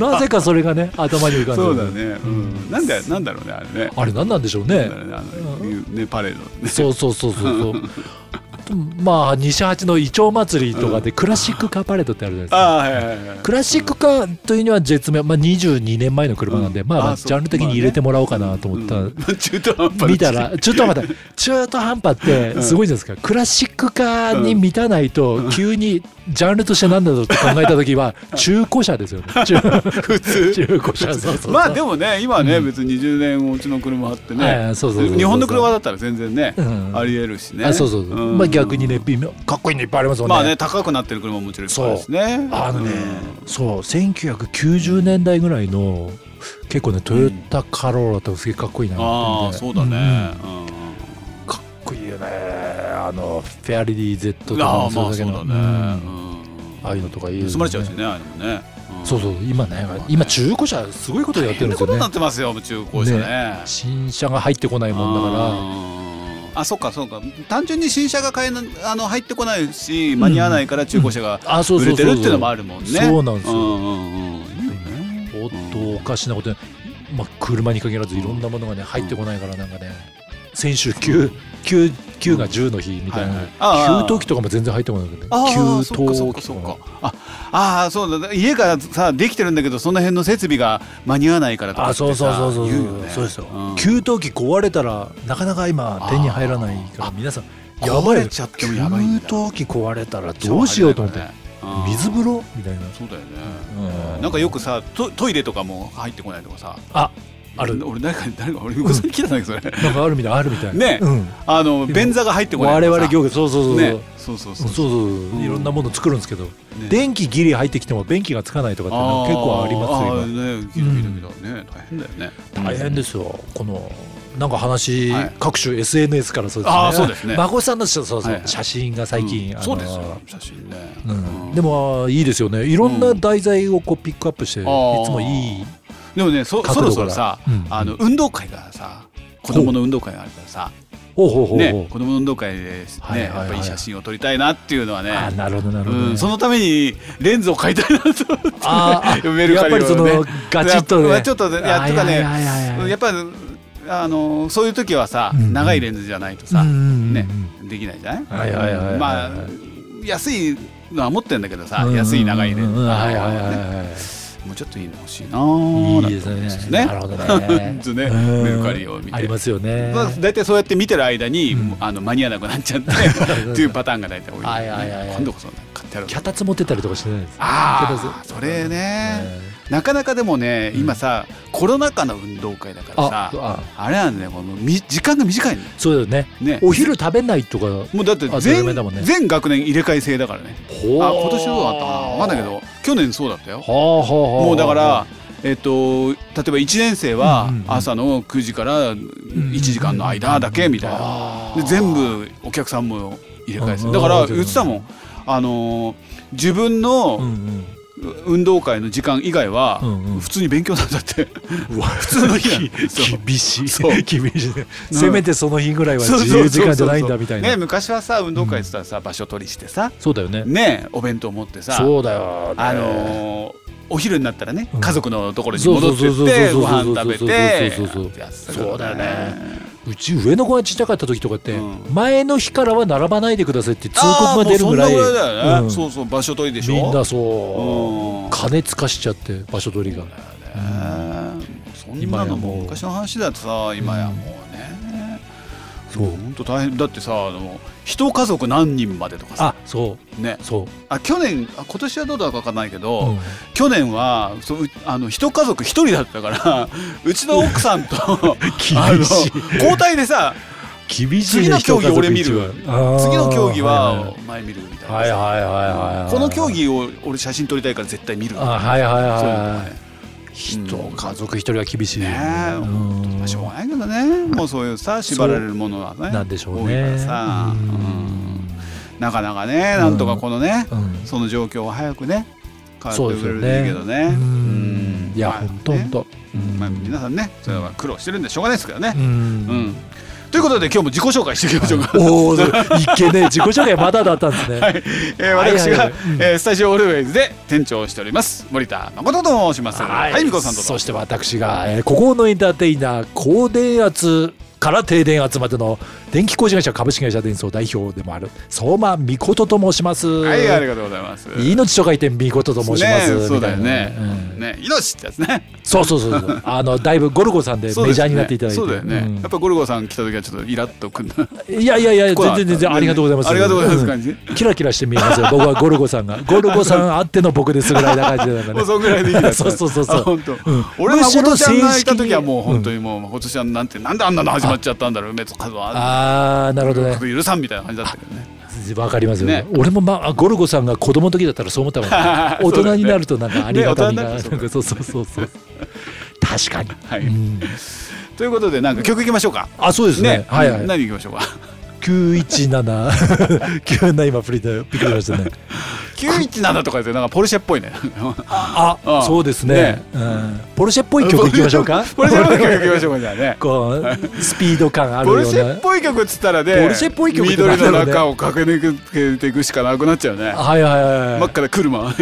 [SPEAKER 2] なぜかそれがね、頭に浮かんでる
[SPEAKER 1] そうだね。うんなんだなんだろうねあれね。
[SPEAKER 2] あれ何なんでしょうね。
[SPEAKER 1] なんだろうねあのいうねパレードね。
[SPEAKER 2] そうそうそうそうそう。まあ西八のイチョウ祭りとかでクラシックカーパレードってあるじゃないですか。
[SPEAKER 1] ああはいはいはいはい。
[SPEAKER 2] クラシックカーというには絶妙、まあ、22年前の車なんで、
[SPEAKER 1] うん
[SPEAKER 2] まあまあ
[SPEAKER 1] あそう
[SPEAKER 2] ジャンル的に入れてもらおうかなと思った、
[SPEAKER 1] うん中途半端な
[SPEAKER 2] 見
[SPEAKER 1] [LAUGHS]
[SPEAKER 2] たらちょっと待って中途半端ってすごいじゃないですか、クラシックカーに満たないと急にジャンルとして何だろうって考えた時は中古車ですよね中
[SPEAKER 1] [LAUGHS] 普通
[SPEAKER 2] 中古車そうそうそう
[SPEAKER 1] まあでもね今ね、別に20年おうちの車あってね、
[SPEAKER 2] はいそうそうそうそう
[SPEAKER 1] 日本の車だったら全然ね、
[SPEAKER 2] うん
[SPEAKER 1] ありえるしね
[SPEAKER 2] あそうそうそう、
[SPEAKER 1] うん
[SPEAKER 2] まあ逆にね微妙かっこいいのいっぱいありますもんね,、
[SPEAKER 1] まあね高くなってる車ももちろんいっぱいあるしね
[SPEAKER 2] あのね、そう1990年代ぐらいの結構ねトヨタカローラとかすげえかっこいいな
[SPEAKER 1] うんああ
[SPEAKER 2] って
[SPEAKER 1] そう
[SPEAKER 2] 思って
[SPEAKER 1] だね、うん
[SPEAKER 2] うんかっこいいよねあのフェアリディ Z とか
[SPEAKER 1] ああ
[SPEAKER 2] も
[SPEAKER 1] まあそう
[SPEAKER 2] だけど
[SPEAKER 1] だね、
[SPEAKER 2] うん
[SPEAKER 1] うん
[SPEAKER 2] ああいうのとかいいよね
[SPEAKER 1] 盗まれちゃうしねあれもね
[SPEAKER 2] そうそう今ね今中古車すごいことやってるんです
[SPEAKER 1] こ
[SPEAKER 2] よ
[SPEAKER 1] とにな
[SPEAKER 2] ね
[SPEAKER 1] ってますよ中古車ね
[SPEAKER 2] 新車が入ってこないもんだか
[SPEAKER 1] あそっかそっか単純に新車が買えなあの入ってこないし間に合わないから中古車が
[SPEAKER 2] らあそう
[SPEAKER 1] 売
[SPEAKER 2] そ
[SPEAKER 1] れ
[SPEAKER 2] う
[SPEAKER 1] て
[SPEAKER 2] そ
[SPEAKER 1] る
[SPEAKER 2] う
[SPEAKER 1] っていう
[SPEAKER 2] そ
[SPEAKER 1] の
[SPEAKER 2] う
[SPEAKER 1] もあるもんね
[SPEAKER 2] そうなんですよ
[SPEAKER 1] うんうんうんいいよね
[SPEAKER 2] おっとおかしなことに、まあ、車に限らずいろんなものがね入ってこないからなんかね先週 9, 9, 9が10の日みたいな、
[SPEAKER 1] はいはいああ
[SPEAKER 2] 給湯器とかも全然入ってこないけどね
[SPEAKER 1] あーそっか
[SPEAKER 2] 給
[SPEAKER 1] そっ
[SPEAKER 2] 湯
[SPEAKER 1] か
[SPEAKER 2] 器
[SPEAKER 1] そ
[SPEAKER 2] と
[SPEAKER 1] っ
[SPEAKER 2] か
[SPEAKER 1] かああーそうだ家がさできてるんだけどその辺の設備が間に合わないからとか
[SPEAKER 2] あ
[SPEAKER 1] ってさ
[SPEAKER 2] そうそうそうそう
[SPEAKER 1] 言
[SPEAKER 2] そうう
[SPEAKER 1] よね
[SPEAKER 2] そうですよ、
[SPEAKER 1] ん
[SPEAKER 2] 給湯器壊れたらなかなか今手に入らないから
[SPEAKER 1] あ
[SPEAKER 2] 皆さんやば
[SPEAKER 1] 壊
[SPEAKER 2] い
[SPEAKER 1] れ
[SPEAKER 2] よ
[SPEAKER 1] ちゃって
[SPEAKER 2] 給
[SPEAKER 1] も
[SPEAKER 2] 湯器
[SPEAKER 1] やばいんだ
[SPEAKER 2] 壊れたらどうしようと思って水風呂みたいな
[SPEAKER 1] そうだよね
[SPEAKER 2] うん
[SPEAKER 1] なんかよくさトトイレとかも入ってこないとかさ
[SPEAKER 2] あある
[SPEAKER 1] 俺誰か誰か俺嘘に聞いたんだけどそれ
[SPEAKER 2] なんかあるみたいあるみたい
[SPEAKER 1] ね
[SPEAKER 2] うん、
[SPEAKER 1] あの便座が入ってこない
[SPEAKER 2] 我々
[SPEAKER 1] 業
[SPEAKER 2] 業界そうそうそうそう、
[SPEAKER 1] ねそうそうそ
[SPEAKER 2] そううそうそう、
[SPEAKER 1] うん
[SPEAKER 2] いろんなもの作るんですけど、
[SPEAKER 1] ね
[SPEAKER 2] 電気ギリ入ってきても便器がつかないとかっていうの
[SPEAKER 1] あ
[SPEAKER 2] は
[SPEAKER 1] ー
[SPEAKER 2] 結構あり
[SPEAKER 1] あ
[SPEAKER 2] ますよ
[SPEAKER 1] ーね聞いた聞いた聞いたね大変だよね
[SPEAKER 2] 今大変ですよこのなんか話、
[SPEAKER 1] はい
[SPEAKER 2] 各種 SNS からそうですね
[SPEAKER 1] あーそうですね
[SPEAKER 2] 孫さんのそうそう、
[SPEAKER 1] はいはい
[SPEAKER 2] 写真が最近、
[SPEAKER 1] う
[SPEAKER 2] あ
[SPEAKER 1] ん
[SPEAKER 2] の
[SPEAKER 1] そうですよ写真ね
[SPEAKER 2] うん
[SPEAKER 1] うん
[SPEAKER 2] でもいいですよねいろんな題材をこうピックアップして、い
[SPEAKER 1] ー
[SPEAKER 2] つもいい
[SPEAKER 1] でもねそそ
[SPEAKER 2] 角
[SPEAKER 1] ろ
[SPEAKER 2] 度
[SPEAKER 1] そ
[SPEAKER 2] か
[SPEAKER 1] ろ
[SPEAKER 2] ら
[SPEAKER 1] さ、
[SPEAKER 2] うん
[SPEAKER 1] あの運動会がさ子供の運動会があるからさ、
[SPEAKER 2] ほうほうほうほう、
[SPEAKER 1] ね、子供の運動会で、ね
[SPEAKER 2] はいはいはい
[SPEAKER 1] やっぱりいい写真を撮りたいなっていうのはね、
[SPEAKER 2] あーなるほどなるほどね、
[SPEAKER 1] うん、そのためにレンズを買いたいなと思って
[SPEAKER 2] あー
[SPEAKER 1] メル
[SPEAKER 2] や
[SPEAKER 1] カリ
[SPEAKER 2] っぱ
[SPEAKER 1] を
[SPEAKER 2] りそ
[SPEAKER 1] ね
[SPEAKER 2] のガチッ
[SPEAKER 1] や
[SPEAKER 2] と
[SPEAKER 1] っ
[SPEAKER 2] ね
[SPEAKER 1] ぱちょっとねやっとかねやっぱりあのそういう時はさ、
[SPEAKER 2] うんうん
[SPEAKER 1] 長いレンズじゃないとさ、ねできないじゃない,、
[SPEAKER 2] はいはいはいはい
[SPEAKER 1] まあ安いのは持ってるんだけどさ、
[SPEAKER 2] うん
[SPEAKER 1] 安い長いレンズ、
[SPEAKER 2] うんうんはいはいはい
[SPEAKER 1] ね
[SPEAKER 2] はい
[SPEAKER 1] もうちょっといいの欲しいなー
[SPEAKER 2] いいですね。
[SPEAKER 1] ね
[SPEAKER 2] なるほど
[SPEAKER 1] なん [LAUGHS]
[SPEAKER 2] ね。
[SPEAKER 1] てね
[SPEAKER 2] うん
[SPEAKER 1] メルカリを見て
[SPEAKER 2] ありますよね。
[SPEAKER 1] まあ、大体そうやって見てる間に、
[SPEAKER 2] うん
[SPEAKER 1] あの間に合わなくなっち
[SPEAKER 2] [LAUGHS]
[SPEAKER 1] ゃってっていうパターンが大体多い,、
[SPEAKER 2] はいはいはいはい
[SPEAKER 1] 今度こそ買ってやろう
[SPEAKER 2] キャタツ持ってたりとかしてないです。
[SPEAKER 1] ああそれね、なかなかでもね今さコロナ禍の運動会だから
[SPEAKER 2] あ
[SPEAKER 1] さ、
[SPEAKER 2] あ、
[SPEAKER 1] あれなんだよこのみ時間が短いのよ
[SPEAKER 2] そうだよね。
[SPEAKER 1] ね
[SPEAKER 2] お昼食べないとか。
[SPEAKER 1] もうだって
[SPEAKER 2] あ
[SPEAKER 1] 全
[SPEAKER 2] ドラマだもんね
[SPEAKER 1] 全学年入れ替え制だからね
[SPEAKER 2] ほ
[SPEAKER 1] あ今年どうだったかなわかんないけ。ど去年そうだったよ
[SPEAKER 2] ほうほうほう。
[SPEAKER 1] もうだから、えっと、例えば1年生は
[SPEAKER 2] うんうんうん
[SPEAKER 1] 朝の9時から1時間の間だけみたいな、
[SPEAKER 2] あ
[SPEAKER 1] で
[SPEAKER 2] ー
[SPEAKER 1] 全部お客さんも入れ替えす
[SPEAKER 2] う
[SPEAKER 1] る
[SPEAKER 2] ん
[SPEAKER 1] だから
[SPEAKER 2] うん
[SPEAKER 1] 言ってたもんあのー自分
[SPEAKER 2] う
[SPEAKER 1] の
[SPEAKER 2] ん
[SPEAKER 1] 運動会の時間以外は
[SPEAKER 2] うんうん
[SPEAKER 1] 普通に勉強なんだって、
[SPEAKER 2] うん。普
[SPEAKER 1] 通の日なの
[SPEAKER 2] [LAUGHS]
[SPEAKER 1] そう
[SPEAKER 2] 厳しい。
[SPEAKER 1] そう
[SPEAKER 2] 厳しいね。
[SPEAKER 1] うん
[SPEAKER 2] せめてその日ぐらいは
[SPEAKER 1] そう
[SPEAKER 2] 自
[SPEAKER 1] そう
[SPEAKER 2] 由
[SPEAKER 1] そ
[SPEAKER 2] 時
[SPEAKER 1] うそう
[SPEAKER 2] 間じゃないんだみたい
[SPEAKER 1] ね、
[SPEAKER 2] な。
[SPEAKER 1] 昔はさ運動会って言ったらさ場所取りしてさ
[SPEAKER 2] そうだよね。
[SPEAKER 1] ねお弁当持ってさ
[SPEAKER 2] そうだよね。
[SPEAKER 1] あのーお昼になったらね
[SPEAKER 2] うん
[SPEAKER 1] 家族のところに戻って
[SPEAKER 2] そ
[SPEAKER 1] っ
[SPEAKER 2] うそうそう
[SPEAKER 1] て
[SPEAKER 2] そう
[SPEAKER 1] ご飯食べて
[SPEAKER 2] そうそうそうそう
[SPEAKER 1] やってたから
[SPEAKER 2] そうだよねうち上の子がちっちゃかった時とかって、
[SPEAKER 1] うん
[SPEAKER 2] 前の日からは並ばないでくださいって通
[SPEAKER 1] あー
[SPEAKER 2] 告が
[SPEAKER 1] もう
[SPEAKER 2] 出るぐらい
[SPEAKER 1] そんなぐらいだよね、
[SPEAKER 2] うん
[SPEAKER 1] そうそう場所取りでしょ
[SPEAKER 2] みんな
[SPEAKER 1] う
[SPEAKER 2] そ
[SPEAKER 1] ん
[SPEAKER 2] う加熱化しちゃって場所取りが
[SPEAKER 1] ねそんなのもう昔の話だとさ今やもうね、
[SPEAKER 2] そう
[SPEAKER 1] 本当大変だってさあの一家族何人までとかさ
[SPEAKER 2] あそ
[SPEAKER 1] ね
[SPEAKER 2] うそう、
[SPEAKER 1] あ去年あ今年はどうだかわかんないけど、
[SPEAKER 2] うん
[SPEAKER 1] 去年はそううあの一家族一人だったから [LAUGHS] うちの奥さんとあの
[SPEAKER 2] [LAUGHS] 厳しい
[SPEAKER 1] 交代でさ
[SPEAKER 2] 厳し
[SPEAKER 1] 次
[SPEAKER 2] いね
[SPEAKER 1] の競技
[SPEAKER 2] 人
[SPEAKER 1] 俺見
[SPEAKER 2] 一家
[SPEAKER 1] る
[SPEAKER 2] 族一番あー
[SPEAKER 1] 次の競技
[SPEAKER 2] はい
[SPEAKER 1] は前見るみたいなさ、
[SPEAKER 2] はいはいはいはいはいはい
[SPEAKER 1] この競技を俺写真撮りたいから絶対見る
[SPEAKER 2] あはいはいはい
[SPEAKER 1] そういうの
[SPEAKER 2] は
[SPEAKER 1] が
[SPEAKER 2] い
[SPEAKER 1] ね
[SPEAKER 2] 人家族一人は厳しいよ
[SPEAKER 1] ねえ、
[SPEAKER 2] う
[SPEAKER 1] 本当まあしょうがないけどねもうそういうさ縛られるものはね
[SPEAKER 2] なんでしょう
[SPEAKER 1] 多いか
[SPEAKER 2] ね
[SPEAKER 1] らさ、
[SPEAKER 2] うん
[SPEAKER 1] うんなかなかねなんとかこのね、
[SPEAKER 2] うん
[SPEAKER 1] その状況を早くね変
[SPEAKER 2] そ
[SPEAKER 1] わ
[SPEAKER 2] う
[SPEAKER 1] って
[SPEAKER 2] です
[SPEAKER 1] くれる
[SPEAKER 2] よ
[SPEAKER 1] といい
[SPEAKER 2] ね
[SPEAKER 1] けどね
[SPEAKER 2] うんいや
[SPEAKER 1] まあね
[SPEAKER 2] 本当本当
[SPEAKER 1] まあ、皆さんねそれは苦労してるんでしょうがないですけどね
[SPEAKER 2] う、ん
[SPEAKER 1] うんということで今日も自己紹介していきましょうか、
[SPEAKER 2] おおいけねえ自己紹介まだだったんですね、
[SPEAKER 1] [LAUGHS] えー
[SPEAKER 2] はい
[SPEAKER 1] 私が、
[SPEAKER 2] はいはいうん
[SPEAKER 1] えースタジオオルウェイズで店長をしております森田誠と申しますはいみこさんと
[SPEAKER 2] そして私が、えー、孤高のエンターテイナー高電圧から低電圧までの電気工事会社株式会社電装代表でもある相馬美琴と申します、
[SPEAKER 1] はいありがとうございます
[SPEAKER 2] 命と書いて美琴と申します、
[SPEAKER 1] ね、そうだよね
[SPEAKER 2] みたいなうん
[SPEAKER 1] ね命ってやつね
[SPEAKER 2] そうそうそ
[SPEAKER 1] [LAUGHS]
[SPEAKER 2] うそうあのだいぶゴルゴさんで
[SPEAKER 1] そう
[SPEAKER 2] メ
[SPEAKER 1] です
[SPEAKER 2] ジャー
[SPEAKER 1] ね
[SPEAKER 2] になっていただいて
[SPEAKER 1] そうだよね、やっぱゴルゴさん来た時はちょっとイラッとくんだ
[SPEAKER 2] うんいやいやいや全
[SPEAKER 1] こうだった
[SPEAKER 2] 然全然ありがとうございます
[SPEAKER 1] ありがとうございます
[SPEAKER 2] ん
[SPEAKER 1] 感じ
[SPEAKER 2] キラキラして見えますよ僕はゴルゴさんがゴルゴさんあっての僕ですぐらいな感じだか
[SPEAKER 1] も
[SPEAKER 2] らね
[SPEAKER 1] う [LAUGHS] そんぐらいでいいんだ
[SPEAKER 2] そうそうそうそう
[SPEAKER 1] あ本当、
[SPEAKER 2] ん
[SPEAKER 1] 俺
[SPEAKER 2] むしろ
[SPEAKER 1] 誠ちゃんがい
[SPEAKER 2] 正式
[SPEAKER 1] た
[SPEAKER 2] に
[SPEAKER 1] 時はもう本当にもう誠ちゃんなんてなんであんなの始まっちゃったんだろう梅津和は
[SPEAKER 2] ああなるほどね
[SPEAKER 1] 許さんみたいな感じだったけどね
[SPEAKER 2] わかりますよね
[SPEAKER 1] ね、
[SPEAKER 2] 俺も、まあ、ゴルゴさんが子供の時だったらそう思ったもん、
[SPEAKER 1] [LAUGHS]
[SPEAKER 2] ね
[SPEAKER 1] そ
[SPEAKER 2] 大
[SPEAKER 1] うだよね
[SPEAKER 2] 人になるとなんかありがたみが、
[SPEAKER 1] ね大人になるとそうだよね
[SPEAKER 2] そうそうそうそう確かに、
[SPEAKER 1] はい、
[SPEAKER 2] うん
[SPEAKER 1] ということでなんか曲いきましょうか
[SPEAKER 2] あそうですねはいはい
[SPEAKER 1] 何いきましょうか
[SPEAKER 2] [LAUGHS] 917急な今プリでびっくりしましたね
[SPEAKER 1] 917とかですよなんかポルシェっぽいね
[SPEAKER 2] あ
[SPEAKER 1] あ
[SPEAKER 2] そうですね
[SPEAKER 1] ね
[SPEAKER 2] うん、ポルシェっぽい曲いきましょうか
[SPEAKER 1] ポルシェっぽい曲いきましょうかじゃあね
[SPEAKER 2] こうスピード感ある
[SPEAKER 1] ポル
[SPEAKER 2] よう
[SPEAKER 1] シェ
[SPEAKER 2] な
[SPEAKER 1] っぽい曲っつったらね
[SPEAKER 2] ポルシェっぽい曲ってなん
[SPEAKER 1] 緑
[SPEAKER 2] だ
[SPEAKER 1] の
[SPEAKER 2] ろうね
[SPEAKER 1] 中を駆け抜けていくしかなくなっちゃうね
[SPEAKER 2] はいはいはいはい、
[SPEAKER 1] 真っ赤な車
[SPEAKER 2] あ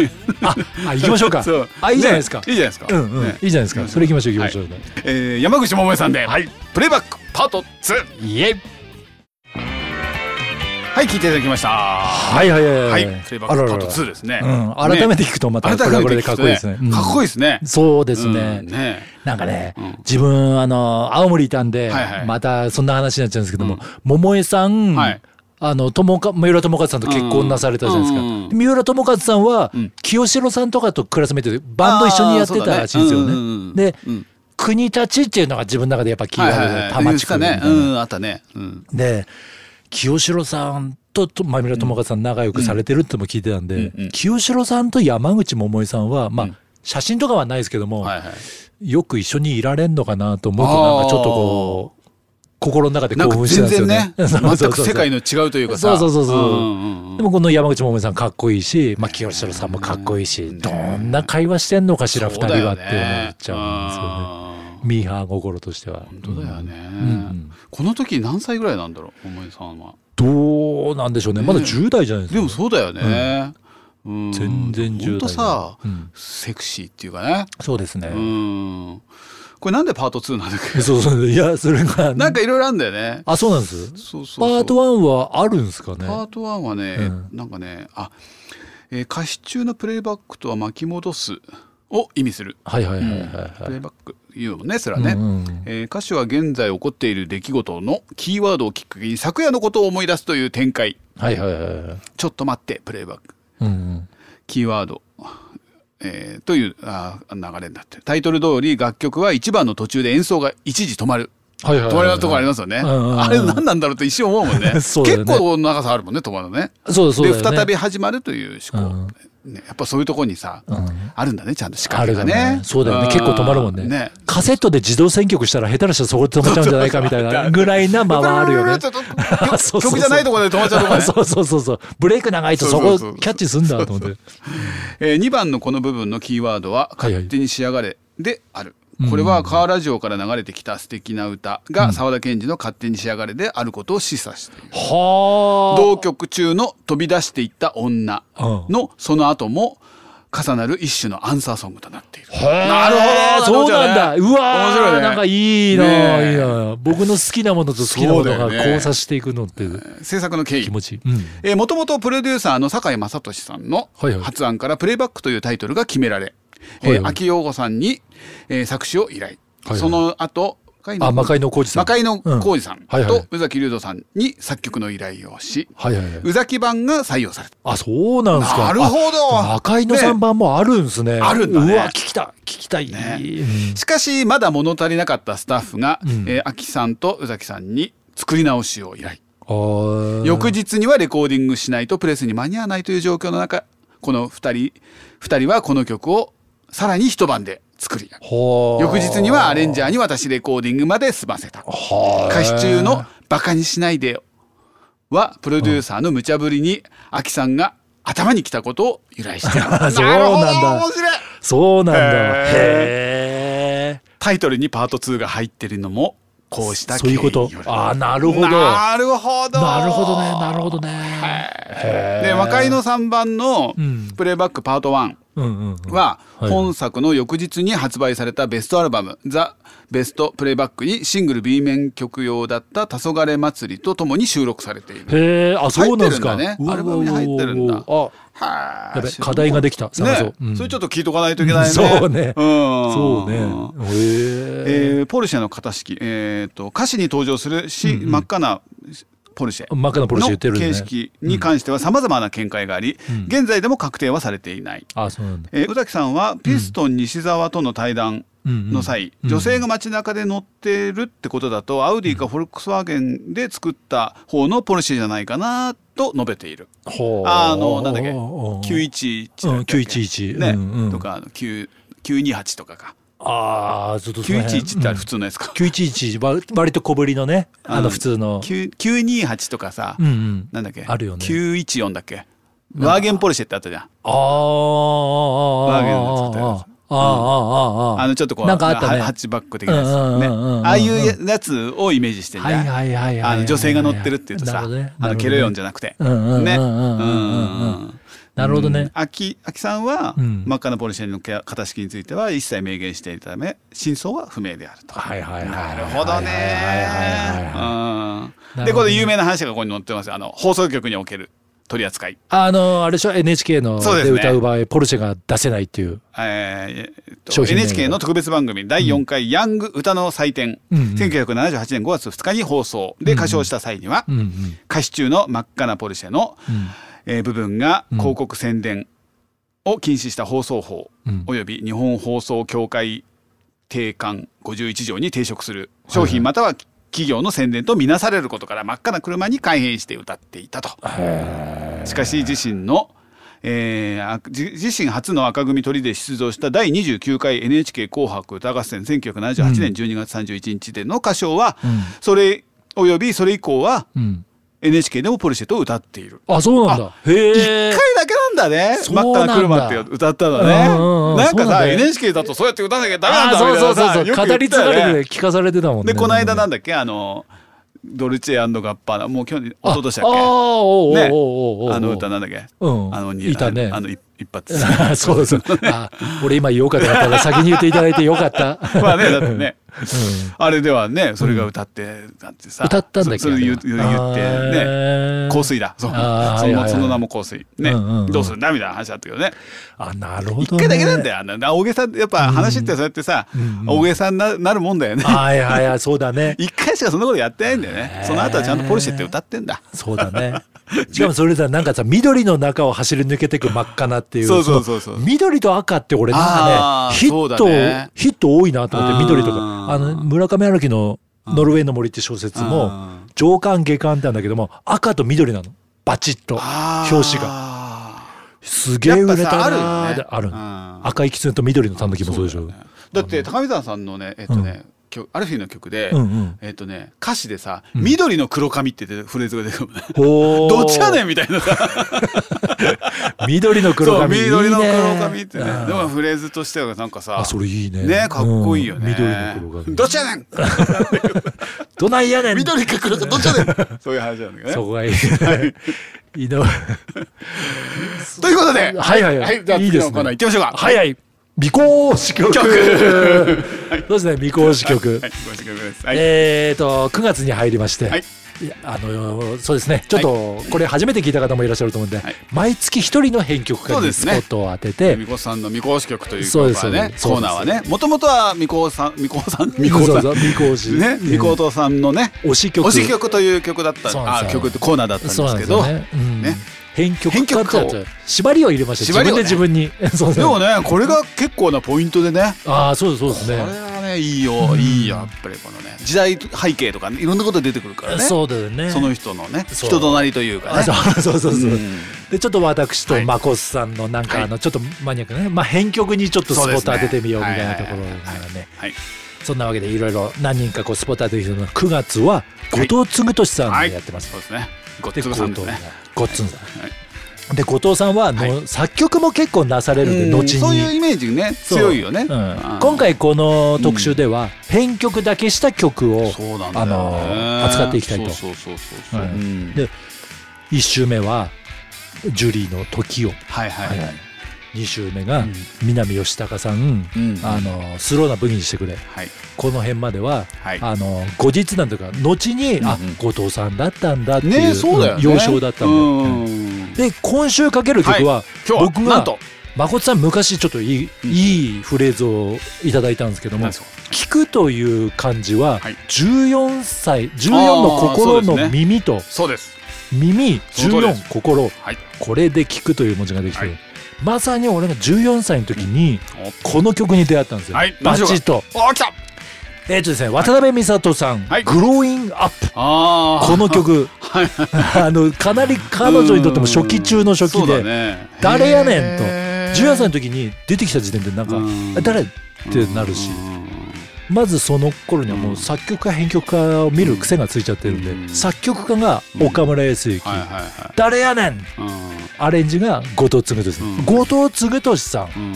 [SPEAKER 2] あ行きましょうか
[SPEAKER 1] そう
[SPEAKER 2] あいいじゃないですか、
[SPEAKER 1] ねいいじゃないですか
[SPEAKER 2] うんうん、
[SPEAKER 1] ね
[SPEAKER 2] いいじゃないですかそれ行きましょう行きましょう、
[SPEAKER 1] えー山口百恵さんで、プレイバックパート2
[SPEAKER 2] イエイ
[SPEAKER 1] はい聞いていただきましたは
[SPEAKER 2] はいはいはい
[SPEAKER 1] い、
[SPEAKER 2] はい
[SPEAKER 1] プレイバ
[SPEAKER 2] あ
[SPEAKER 1] ッ
[SPEAKER 2] ら
[SPEAKER 1] クパ
[SPEAKER 2] ら
[SPEAKER 1] ー
[SPEAKER 2] ら
[SPEAKER 1] ト2ですね、
[SPEAKER 2] うん、改めて聞くとまた
[SPEAKER 1] ね
[SPEAKER 2] こ
[SPEAKER 1] 改
[SPEAKER 2] れは
[SPEAKER 1] め
[SPEAKER 2] こ
[SPEAKER 1] て
[SPEAKER 2] れ
[SPEAKER 1] 聞
[SPEAKER 2] でかっ
[SPEAKER 1] くと
[SPEAKER 2] こいいですね。うん
[SPEAKER 1] かっこいいですね
[SPEAKER 2] そうですね
[SPEAKER 1] う。んね
[SPEAKER 2] なんかね、
[SPEAKER 1] うん
[SPEAKER 2] 自分あの青森いたんで、
[SPEAKER 1] はいはい
[SPEAKER 2] またそんな話になっちゃうんですけども、
[SPEAKER 1] うん
[SPEAKER 2] 桃江さん、
[SPEAKER 1] はい
[SPEAKER 2] あの友か三浦友和さんと結婚なされたじゃないですか。
[SPEAKER 1] うんうんうん
[SPEAKER 2] 三浦友和さんは、
[SPEAKER 1] うん
[SPEAKER 2] 清志郎さんとかとクラスメイトでバンド一緒にやってたらしいんですよ
[SPEAKER 1] あーそうだねうんうんう
[SPEAKER 2] ね。
[SPEAKER 1] ん
[SPEAKER 2] で、
[SPEAKER 1] うん
[SPEAKER 2] 国立っていうのが自分の中でやっぱキーワードで、多摩地区みたい
[SPEAKER 1] ね
[SPEAKER 2] な。
[SPEAKER 1] うんあったねうん
[SPEAKER 2] で清志郎さんととまあ三浦友和さん仲良くされてるっても聞いてたんで、
[SPEAKER 1] うんうん
[SPEAKER 2] 清志郎さんと山口百恵さんはまあ、
[SPEAKER 1] うん
[SPEAKER 2] 写真とかはないですけども、
[SPEAKER 1] はいはい
[SPEAKER 2] よく一緒にいられんのかなと思うとなんかちょっとこう心の中で
[SPEAKER 1] なん
[SPEAKER 2] 興
[SPEAKER 1] か
[SPEAKER 2] 奮してた
[SPEAKER 1] 全
[SPEAKER 2] んですよ
[SPEAKER 1] 然
[SPEAKER 2] ね
[SPEAKER 1] ね
[SPEAKER 2] [LAUGHS] そうそ
[SPEAKER 1] 全
[SPEAKER 2] うそう
[SPEAKER 1] く世界の違うというかさ
[SPEAKER 2] そうそうそうそう
[SPEAKER 1] うんうんうん
[SPEAKER 2] でもこの山口百恵さんかっこいいし、まあ、清志郎さんもかっこいいし、どんな会話してんのかしら、二
[SPEAKER 1] そう
[SPEAKER 2] 人
[SPEAKER 1] だよ
[SPEAKER 2] はっ
[SPEAKER 1] ね
[SPEAKER 2] て思っちゃうんですよね。
[SPEAKER 1] うん
[SPEAKER 2] ミーハー心としては。
[SPEAKER 1] 本当だよね、
[SPEAKER 2] ん
[SPEAKER 1] この時何歳ぐらいなんだろう桃井さんは
[SPEAKER 2] どうなんでしょうね。まだ10代じゃないです
[SPEAKER 1] で
[SPEAKER 2] か。
[SPEAKER 1] もそうだよね、うん
[SPEAKER 2] 全然
[SPEAKER 1] ほん
[SPEAKER 2] 10代。
[SPEAKER 1] とさ、
[SPEAKER 2] うん
[SPEAKER 1] セクシーっていうかね
[SPEAKER 2] そうですね。
[SPEAKER 1] うんこれなんでパート2なんだっけ
[SPEAKER 2] そうそういやそれが
[SPEAKER 1] なんかいろいろあんだよね
[SPEAKER 2] あそうなんです
[SPEAKER 1] そうそう
[SPEAKER 2] パ
[SPEAKER 1] そう
[SPEAKER 2] ート1はあるんですか
[SPEAKER 1] パ
[SPEAKER 2] ね
[SPEAKER 1] ート1はね、
[SPEAKER 2] うん
[SPEAKER 1] なんかねあ、えー歌詞中のプレイバックとは巻き戻すを意味する、
[SPEAKER 2] はいはいはいはい
[SPEAKER 1] プ
[SPEAKER 2] は
[SPEAKER 1] レ
[SPEAKER 2] い
[SPEAKER 1] イバック言うもんねそれは
[SPEAKER 2] うん
[SPEAKER 1] ね、
[SPEAKER 2] うん
[SPEAKER 1] えー歌詞は現在起こっている出来事のキーワードをきっかけに昨夜のことを思い出すという展開
[SPEAKER 2] はいはいはいはい
[SPEAKER 1] ちょっと待ってプレイバック
[SPEAKER 2] うんうん
[SPEAKER 1] キーワード、えーというあー流れになってるタイトル通り楽曲は1番の途中で演奏が一時止まる
[SPEAKER 2] はいはい
[SPEAKER 1] 止ま
[SPEAKER 2] はい
[SPEAKER 1] る
[SPEAKER 2] はい
[SPEAKER 1] とこありますよね、
[SPEAKER 2] うんうんうん
[SPEAKER 1] あれ何なんだろうって一瞬思うもんね
[SPEAKER 2] [LAUGHS] そうだよ
[SPEAKER 1] 結
[SPEAKER 2] ね
[SPEAKER 1] 構長さあるもんね止まるのね
[SPEAKER 2] そうそうだ
[SPEAKER 1] で
[SPEAKER 2] よね
[SPEAKER 1] 再び始まるという思考、ね、やっぱそういうとこにさ、
[SPEAKER 2] ん
[SPEAKER 1] あるんだねちゃんと仕
[SPEAKER 2] あ
[SPEAKER 1] 掛
[SPEAKER 2] れ
[SPEAKER 1] け
[SPEAKER 2] だ
[SPEAKER 1] が
[SPEAKER 2] ね
[SPEAKER 1] ね
[SPEAKER 2] そうだよね結構止まるもんねカセットで自動選曲したら下手な人はそこで止まっちゃうんじゃないかみたいな [LAUGHS] ぐらいな間はあるよね
[SPEAKER 1] ちょっと
[SPEAKER 2] [LAUGHS] そうそうそう
[SPEAKER 1] 曲じゃないところで止まっちゃうとこね
[SPEAKER 2] そうそうそうそうブレイク長いとそこキャッチすんだと思って
[SPEAKER 1] えー、2番のこの部分のキーワードは「
[SPEAKER 2] はいはい
[SPEAKER 1] 勝手に仕上がれ」である。これはカーラジオから流れてきた素敵な歌が沢田研二の「勝手に仕上がれ」であることを示唆している
[SPEAKER 2] は
[SPEAKER 1] 同曲中の「飛び出していった女」のその後も重なる一種のアンサーソングとなっている。
[SPEAKER 2] あなそうなんだうわ
[SPEAKER 1] 面
[SPEAKER 2] ー
[SPEAKER 1] 白いね
[SPEAKER 2] なんかいいな、
[SPEAKER 1] ねえ
[SPEAKER 2] いいな僕の好きなものと好きなものが
[SPEAKER 1] そうだよね
[SPEAKER 2] 交差していくのって
[SPEAKER 1] 制作の経緯
[SPEAKER 2] 気持ちいい、うん
[SPEAKER 1] えー、もともとプロデューサーの酒井雅俊さんの
[SPEAKER 2] はいはい
[SPEAKER 1] 発案から「プレイバック」というタイトルが決められ、えー
[SPEAKER 2] はいはい
[SPEAKER 1] 秋陽子さんに、えー作詞を依頼、
[SPEAKER 2] はいはい
[SPEAKER 1] その後魔界
[SPEAKER 2] あ魔界の浩二さん
[SPEAKER 1] 魔界の浩二さん
[SPEAKER 2] はいはい
[SPEAKER 1] と宇崎竜斗さんに作曲の依頼をし、
[SPEAKER 2] はいはいはい
[SPEAKER 1] 宇崎版が採用された。
[SPEAKER 2] あそうなんですか
[SPEAKER 1] なるほど
[SPEAKER 2] あ赤いの
[SPEAKER 1] ね
[SPEAKER 2] 3番もあるんですね
[SPEAKER 1] あるんだね
[SPEAKER 2] うわ聞きたい聞きたい、うん
[SPEAKER 1] しかしまだ物足りなかったスタッフが、
[SPEAKER 2] ん
[SPEAKER 1] えー秋さんと宇崎さんに作り直しを依頼
[SPEAKER 2] あー
[SPEAKER 1] 翌日にはレコーディングしないとプレスに間に合わないという状況の中この2人二人はこの曲をさらに一晩で作り上げ
[SPEAKER 2] はー
[SPEAKER 1] 翌日にはアレンジャーに私レコーディングまで済ませた
[SPEAKER 2] はー
[SPEAKER 1] 歌詞中の「バカにしないでよ」はプロデューサーの無茶ぶりにアキさんが頭にきたことを由来して [LAUGHS]
[SPEAKER 2] あそう
[SPEAKER 1] るほど
[SPEAKER 2] なんだ
[SPEAKER 1] 面白い
[SPEAKER 2] そうなんだ
[SPEAKER 1] へー
[SPEAKER 2] へえ
[SPEAKER 1] タイトルにパート2が入ってるのもこうした
[SPEAKER 2] そういうこと
[SPEAKER 1] 経緯による
[SPEAKER 2] あーなるほど
[SPEAKER 1] なるほど
[SPEAKER 2] なるほどねなるほどねへ
[SPEAKER 1] で「和解の3番」の
[SPEAKER 2] うん
[SPEAKER 1] プレイバックパート1
[SPEAKER 2] うんうんうん
[SPEAKER 1] は
[SPEAKER 2] はい
[SPEAKER 1] 本作の翌日に発売されたベストアルバム「ザ・ベスト・プレイバック」にシングル B 面曲用だった「黄昏祭り」とともに収録されている。
[SPEAKER 2] へえ、あ、そうなんですか。
[SPEAKER 1] 入ってるんだね
[SPEAKER 2] うわ
[SPEAKER 1] アルバムに入ってるんだ
[SPEAKER 2] うわうわ
[SPEAKER 1] は
[SPEAKER 2] あ、やべ、課題ができた。探そう
[SPEAKER 1] ね、
[SPEAKER 2] うん
[SPEAKER 1] それちょっと聞いとかないといけないね。
[SPEAKER 2] [LAUGHS] そうね
[SPEAKER 1] うん
[SPEAKER 2] そうね。へえ。
[SPEAKER 1] えーポルシェの型式、えー、と歌詞に登場するし、真っ赤なポルシェ
[SPEAKER 2] 真っ赤なポルシェ言ってる
[SPEAKER 1] の
[SPEAKER 2] ね
[SPEAKER 1] 形式に関してはさまざまな見解があり、現在でも確定はされていない。
[SPEAKER 2] あ、そうなんだ。
[SPEAKER 1] えー宇崎さんはピストン西澤との対談の際、
[SPEAKER 2] うんうん
[SPEAKER 1] 女性が街中で乗ってるってことだと、アウディかフォルクスワーゲンで作った方のポルシェじゃないかなと述べている。
[SPEAKER 2] ほう
[SPEAKER 1] あのなんだっけ
[SPEAKER 2] うん
[SPEAKER 1] 911だっけ
[SPEAKER 2] うん911
[SPEAKER 1] ね、
[SPEAKER 2] うんうん
[SPEAKER 1] とかあの9 928とかか
[SPEAKER 2] ああ、ちょっとその辺
[SPEAKER 1] 911ってあれ普通のやつか、
[SPEAKER 2] うん911わ割と小ぶりのね、あ
[SPEAKER 1] うん
[SPEAKER 2] の普通の。
[SPEAKER 1] 9 928とかさ、
[SPEAKER 2] うんうん。
[SPEAKER 1] なんだっけ
[SPEAKER 2] あるよね
[SPEAKER 1] 914だっけワーゲンポルシェってあったじゃん
[SPEAKER 2] ああ、ああ、ああ、
[SPEAKER 1] ーゲンの作ったやつ
[SPEAKER 2] ああ、ああ、あ
[SPEAKER 1] あ
[SPEAKER 2] あ。
[SPEAKER 1] のちょっとこう
[SPEAKER 2] なんかあったね
[SPEAKER 1] ハハッチバック的なやつね
[SPEAKER 2] うんうんうんうんうんうん
[SPEAKER 1] ああいうやつをイメージしてんじ
[SPEAKER 2] はい
[SPEAKER 1] ゃ
[SPEAKER 2] はい
[SPEAKER 1] ん
[SPEAKER 2] はいはいはい。
[SPEAKER 1] あの女性が乗ってるっていうと
[SPEAKER 2] な
[SPEAKER 1] さ、
[SPEAKER 2] ほどね
[SPEAKER 1] あのケロヨンじゃなくて。
[SPEAKER 2] うんうんうんうん
[SPEAKER 1] ね。
[SPEAKER 2] うんうんうん
[SPEAKER 1] うん
[SPEAKER 2] なるほどね。
[SPEAKER 1] あきあきさんは、
[SPEAKER 2] うん
[SPEAKER 1] 真っ赤なポルシェの型式については一切明言しているため真相は不明であると。
[SPEAKER 2] はいはいはいは
[SPEAKER 1] な
[SPEAKER 2] い
[SPEAKER 1] るほど
[SPEAKER 2] はいはい
[SPEAKER 1] ね
[SPEAKER 2] はい
[SPEAKER 1] う。
[SPEAKER 2] はなんる
[SPEAKER 1] で
[SPEAKER 2] ほ
[SPEAKER 1] この
[SPEAKER 2] ど
[SPEAKER 1] 有名な話がここに載ってますあの放送局における取り扱い。
[SPEAKER 2] あの、あれでしょ、NHK の
[SPEAKER 1] そうです
[SPEAKER 2] で
[SPEAKER 1] ね
[SPEAKER 2] 歌う場合、ポルシェが出せないっていう。
[SPEAKER 1] えーえっと
[SPEAKER 2] 商品名が
[SPEAKER 1] NHK の特別番組第4回ヤング歌の祭典、
[SPEAKER 2] うんうん
[SPEAKER 1] 1978年5月2日に放送で歌唱した際には、
[SPEAKER 2] うんうん。
[SPEAKER 1] 歌手中の真っ赤なポルシェの
[SPEAKER 2] うん
[SPEAKER 1] えー部分が広告宣伝を禁止した放送法
[SPEAKER 2] うん
[SPEAKER 1] および日本放送協会定款51条に抵触する商品または企業の宣伝とみなされることから真っ赤な車に改変して歌っていたと。しかし自身のえーあ自自身初の赤組取りで出場した第29回 NHK 紅白歌合戦1978年12月31日での歌唱は、
[SPEAKER 2] うん
[SPEAKER 1] それおよびそれ以降は
[SPEAKER 2] うん。
[SPEAKER 1] NHK でもポルシェと歌っている
[SPEAKER 2] あ、そうなんだ。
[SPEAKER 1] 一
[SPEAKER 2] へ
[SPEAKER 1] 回
[SPEAKER 2] え。
[SPEAKER 1] だけなんだね。
[SPEAKER 2] そう
[SPEAKER 1] 真
[SPEAKER 2] な
[SPEAKER 1] っ
[SPEAKER 2] ん
[SPEAKER 1] 赤
[SPEAKER 2] だ
[SPEAKER 1] な車って歌ったの
[SPEAKER 2] うんうんう
[SPEAKER 1] ね。
[SPEAKER 2] ん
[SPEAKER 1] なんか
[SPEAKER 2] そ
[SPEAKER 1] さ、
[SPEAKER 2] うなんだよ
[SPEAKER 1] NHK だとそうやって歌わなきゃダメなん
[SPEAKER 2] あ
[SPEAKER 1] だ
[SPEAKER 2] そ
[SPEAKER 1] み
[SPEAKER 2] う
[SPEAKER 1] たい
[SPEAKER 2] そ
[SPEAKER 1] な
[SPEAKER 2] うそう
[SPEAKER 1] さ、
[SPEAKER 2] そう、
[SPEAKER 1] よく
[SPEAKER 2] 語
[SPEAKER 1] 言
[SPEAKER 2] り
[SPEAKER 1] っ
[SPEAKER 2] 継
[SPEAKER 1] た
[SPEAKER 2] がれ
[SPEAKER 1] よね
[SPEAKER 2] て。聞かされてたもんね。
[SPEAKER 1] で、この間なんだ
[SPEAKER 2] だっ
[SPEAKER 1] っけ、あの、ドルチェガッパーナ、もう去年、一昨年だ
[SPEAKER 2] ああー、
[SPEAKER 1] っ
[SPEAKER 2] おうおう
[SPEAKER 1] ね
[SPEAKER 2] おうおうお
[SPEAKER 1] け。
[SPEAKER 2] う
[SPEAKER 1] あの歌なんだっけ。
[SPEAKER 2] うん。
[SPEAKER 1] あの、に
[SPEAKER 2] いたね。
[SPEAKER 1] あの、い一発。
[SPEAKER 2] [LAUGHS] そうそう。あ、俺今言おうかと思ったら先に言っていただいてよかった。
[SPEAKER 1] [LAUGHS] まあね、だってね。あれではね、それが歌って、なんてさ。
[SPEAKER 2] 歌ったんだっけ
[SPEAKER 1] そそれ言う言う言って、ね。
[SPEAKER 2] ね
[SPEAKER 1] 香水だ。そう。
[SPEAKER 2] あー
[SPEAKER 1] そ
[SPEAKER 2] はいはいは
[SPEAKER 1] の
[SPEAKER 2] い
[SPEAKER 1] その名も香水。ね
[SPEAKER 2] うんうんう。ん
[SPEAKER 1] どうするんだみたいな話だったけどね。
[SPEAKER 2] あ、なるほ
[SPEAKER 1] 一
[SPEAKER 2] ど、ね。
[SPEAKER 1] 回だけなんだよあんな大げさやっぱ話ってそうやってさ、大げさにななるもんだよね
[SPEAKER 2] はいはいはい、そうだね。
[SPEAKER 1] [LAUGHS] 一回しかそんなことやってないんだよね
[SPEAKER 2] へー
[SPEAKER 1] その後はちゃんとポルシェって歌ってんだ
[SPEAKER 2] そうだね。 [LAUGHS] しかもそれさ、なんかさ、緑の中を走り抜けてく真っ赤なっていう。
[SPEAKER 1] そうそうそうそう
[SPEAKER 2] の緑と赤って俺なん
[SPEAKER 1] あ
[SPEAKER 2] か
[SPEAKER 1] ー
[SPEAKER 2] ね、ヒ
[SPEAKER 1] そうだ
[SPEAKER 2] ット、
[SPEAKER 1] ね
[SPEAKER 2] ヒット多いなと思って、緑
[SPEAKER 1] う
[SPEAKER 2] とか。
[SPEAKER 1] ん
[SPEAKER 2] あの、村上春樹のノルウェーの森って小説
[SPEAKER 1] う
[SPEAKER 2] も
[SPEAKER 1] ん、
[SPEAKER 2] 上巻下巻ってあるんだけども、赤と緑なの。バチッと、表紙が。
[SPEAKER 1] が
[SPEAKER 2] すげえ売
[SPEAKER 1] や
[SPEAKER 2] れたなー
[SPEAKER 1] っぱさあるよね
[SPEAKER 2] ってある
[SPEAKER 1] うん
[SPEAKER 2] 赤い狐と緑のタヌキもそうでしょ。
[SPEAKER 1] だって高見沢さんのねえっとね、曲アルフィーの曲で、
[SPEAKER 2] うんうん
[SPEAKER 1] えっとね歌詞でさ「緑の黒髪」って出てフレーズが出てくるのね
[SPEAKER 2] おー
[SPEAKER 1] [LAUGHS] どっちやねんみたいなさ
[SPEAKER 2] 緑の黒
[SPEAKER 1] そう
[SPEAKER 2] 髪。
[SPEAKER 1] 緑の
[SPEAKER 2] いいね
[SPEAKER 1] 黒髪ってね
[SPEAKER 2] あー
[SPEAKER 1] でもフレーズとしてはなんかさ
[SPEAKER 2] あそれいいね
[SPEAKER 1] ねかっこいいよね、
[SPEAKER 2] うん緑の黒髪
[SPEAKER 1] どっちやねん
[SPEAKER 2] [LAUGHS] どないやねん
[SPEAKER 1] 緑か黒かどっちやね
[SPEAKER 2] [LAUGHS]
[SPEAKER 1] んそういう話なんだけどね
[SPEAKER 2] そこがいい。 [LAUGHS] 井上
[SPEAKER 1] ということで、
[SPEAKER 2] はいはいはい。
[SPEAKER 1] じゃあ
[SPEAKER 2] いい
[SPEAKER 1] 次
[SPEAKER 2] で
[SPEAKER 1] の
[SPEAKER 2] す
[SPEAKER 1] コーナー行
[SPEAKER 2] ね
[SPEAKER 1] っ。てみましょうか。
[SPEAKER 2] はいはい。未公式曲。 [LAUGHS] そうですね、未公式曲
[SPEAKER 1] は。い、ご指摘ください。
[SPEAKER 2] えーと、9月に入りまして
[SPEAKER 1] はい。
[SPEAKER 2] いやあのそうですねちょっとこれ初めて聞いた方もいらっしゃると思うんで、
[SPEAKER 1] はい
[SPEAKER 2] 毎月一人の編曲家
[SPEAKER 1] そう
[SPEAKER 2] に
[SPEAKER 1] です
[SPEAKER 2] ス
[SPEAKER 1] ね
[SPEAKER 2] ポットを当てて、
[SPEAKER 1] みこさんの未公式曲という
[SPEAKER 2] そう
[SPEAKER 1] コ
[SPEAKER 2] で
[SPEAKER 1] ー
[SPEAKER 2] す
[SPEAKER 1] ナーね、
[SPEAKER 2] そう
[SPEAKER 1] コー
[SPEAKER 2] です
[SPEAKER 1] ナーはね、もともとはみこさん、みこさん、みこ
[SPEAKER 2] そう
[SPEAKER 1] さ
[SPEAKER 2] そ
[SPEAKER 1] ん
[SPEAKER 2] う。 [LAUGHS] 未公式
[SPEAKER 1] ね、みこさんのね、
[SPEAKER 2] 推し曲
[SPEAKER 1] 推し曲という曲だった
[SPEAKER 2] そう、なん
[SPEAKER 1] あ、
[SPEAKER 2] ですよ
[SPEAKER 1] 曲ってコーナーだったん
[SPEAKER 2] そう
[SPEAKER 1] で
[SPEAKER 2] な
[SPEAKER 1] すけ
[SPEAKER 2] んですよ
[SPEAKER 1] ど。
[SPEAKER 2] ね。うん
[SPEAKER 1] ね
[SPEAKER 2] 編曲
[SPEAKER 1] 編曲家を
[SPEAKER 2] だった縛りを入れました。
[SPEAKER 1] 縛りをね
[SPEAKER 2] 自分で自分に。そう [LAUGHS]
[SPEAKER 1] で
[SPEAKER 2] そう
[SPEAKER 1] もね、これが結構なポイントでね。
[SPEAKER 2] ああそうですそうです
[SPEAKER 1] これ
[SPEAKER 2] ね。
[SPEAKER 1] はね、いいよ、
[SPEAKER 2] うん
[SPEAKER 1] いいよ、やっぱりこのね、時代背景とかね、いろんなこと出てくるからね。
[SPEAKER 2] そうだよね。
[SPEAKER 1] その人のね、
[SPEAKER 2] そう
[SPEAKER 1] 人となりというか
[SPEAKER 2] あ
[SPEAKER 1] ね
[SPEAKER 2] そ。う [LAUGHS] そうそうそう。
[SPEAKER 1] うん
[SPEAKER 2] でちょっと私と
[SPEAKER 1] はい
[SPEAKER 2] マコスさんのなんかあのちょっとマニアックなね、まあ編曲にちょっとスポット当ててみようみたいなところが
[SPEAKER 1] そうです
[SPEAKER 2] ね。
[SPEAKER 1] はい。
[SPEAKER 2] そんなわけでいろいろ何人かこうスポット当ててきたのが9月は後藤嗣俊さんがやってます。
[SPEAKER 1] そうですね。ごっ
[SPEAKER 2] で
[SPEAKER 1] つぶさんです
[SPEAKER 2] 後
[SPEAKER 1] ね
[SPEAKER 2] 藤。ごっつんさん。で後藤さんはあの、
[SPEAKER 1] は
[SPEAKER 2] 作曲も結構なされるんで
[SPEAKER 1] うん
[SPEAKER 2] 後に。
[SPEAKER 1] そういうイメージね
[SPEAKER 2] そう
[SPEAKER 1] 強いよね、
[SPEAKER 2] うん
[SPEAKER 1] あー
[SPEAKER 2] 今回この特集では編曲だけした曲を
[SPEAKER 1] そうなんだよ
[SPEAKER 2] あ
[SPEAKER 1] ね
[SPEAKER 2] のー扱っていきたいと
[SPEAKER 1] そうそうそうそう、
[SPEAKER 2] はい
[SPEAKER 1] うん
[SPEAKER 2] で1週目はジュリーの「時を
[SPEAKER 1] はいは」いはい、
[SPEAKER 2] 2週目が
[SPEAKER 1] うん
[SPEAKER 2] 南吉高さん
[SPEAKER 1] うん
[SPEAKER 2] あのスローな武器にしてくれ
[SPEAKER 1] はい
[SPEAKER 2] この辺までは
[SPEAKER 1] はい
[SPEAKER 2] あの後日談とか後にあ
[SPEAKER 1] うんうん
[SPEAKER 2] 後藤さんだったんだって
[SPEAKER 1] ね
[SPEAKER 2] い
[SPEAKER 1] えそうだよ
[SPEAKER 2] う
[SPEAKER 1] ね
[SPEAKER 2] 幼少だったんだよ
[SPEAKER 1] うん今
[SPEAKER 2] で今週かける曲は
[SPEAKER 1] 日は
[SPEAKER 2] 僕が
[SPEAKER 1] なんと
[SPEAKER 2] 誠さん昔ちょっといい
[SPEAKER 1] うん
[SPEAKER 2] いいフレーズをいただいたんですけども
[SPEAKER 1] 何ですか
[SPEAKER 2] 聞くという漢字は
[SPEAKER 1] はい
[SPEAKER 2] 14歳14の心の耳と
[SPEAKER 1] そうです
[SPEAKER 2] 耳
[SPEAKER 1] その通りです
[SPEAKER 2] 14心
[SPEAKER 1] はい
[SPEAKER 2] これで聞くという文字ができて
[SPEAKER 1] は
[SPEAKER 2] る
[SPEAKER 1] い
[SPEAKER 2] まさに俺が14歳の時に
[SPEAKER 1] お
[SPEAKER 2] この曲に出会ったんですよ
[SPEAKER 1] はい
[SPEAKER 2] バチッと
[SPEAKER 1] お来た
[SPEAKER 2] えっとですね渡辺美里さん
[SPEAKER 1] はい
[SPEAKER 2] 「グローインアップ」
[SPEAKER 1] あー
[SPEAKER 2] この曲あのかなり彼女にとっても初期中の初期
[SPEAKER 1] そうだ
[SPEAKER 2] で
[SPEAKER 1] ね
[SPEAKER 2] 誰やねんと
[SPEAKER 1] へへー
[SPEAKER 2] 18歳の時に出てきた時点でなんか
[SPEAKER 1] うん
[SPEAKER 2] 「あ誰?」ってなるし
[SPEAKER 1] うん
[SPEAKER 2] まずその頃にはも
[SPEAKER 1] う
[SPEAKER 2] うん作曲家編曲家を見る癖がついちゃってる
[SPEAKER 1] うんん
[SPEAKER 2] で作曲家が岡村康之
[SPEAKER 1] はいは
[SPEAKER 2] 「誰やね
[SPEAKER 1] い
[SPEAKER 2] ん!
[SPEAKER 1] はい」
[SPEAKER 2] アレンジが後藤嗣俊
[SPEAKER 1] うん
[SPEAKER 2] 後藤嗣俊さ
[SPEAKER 1] う
[SPEAKER 2] ん
[SPEAKER 1] んうん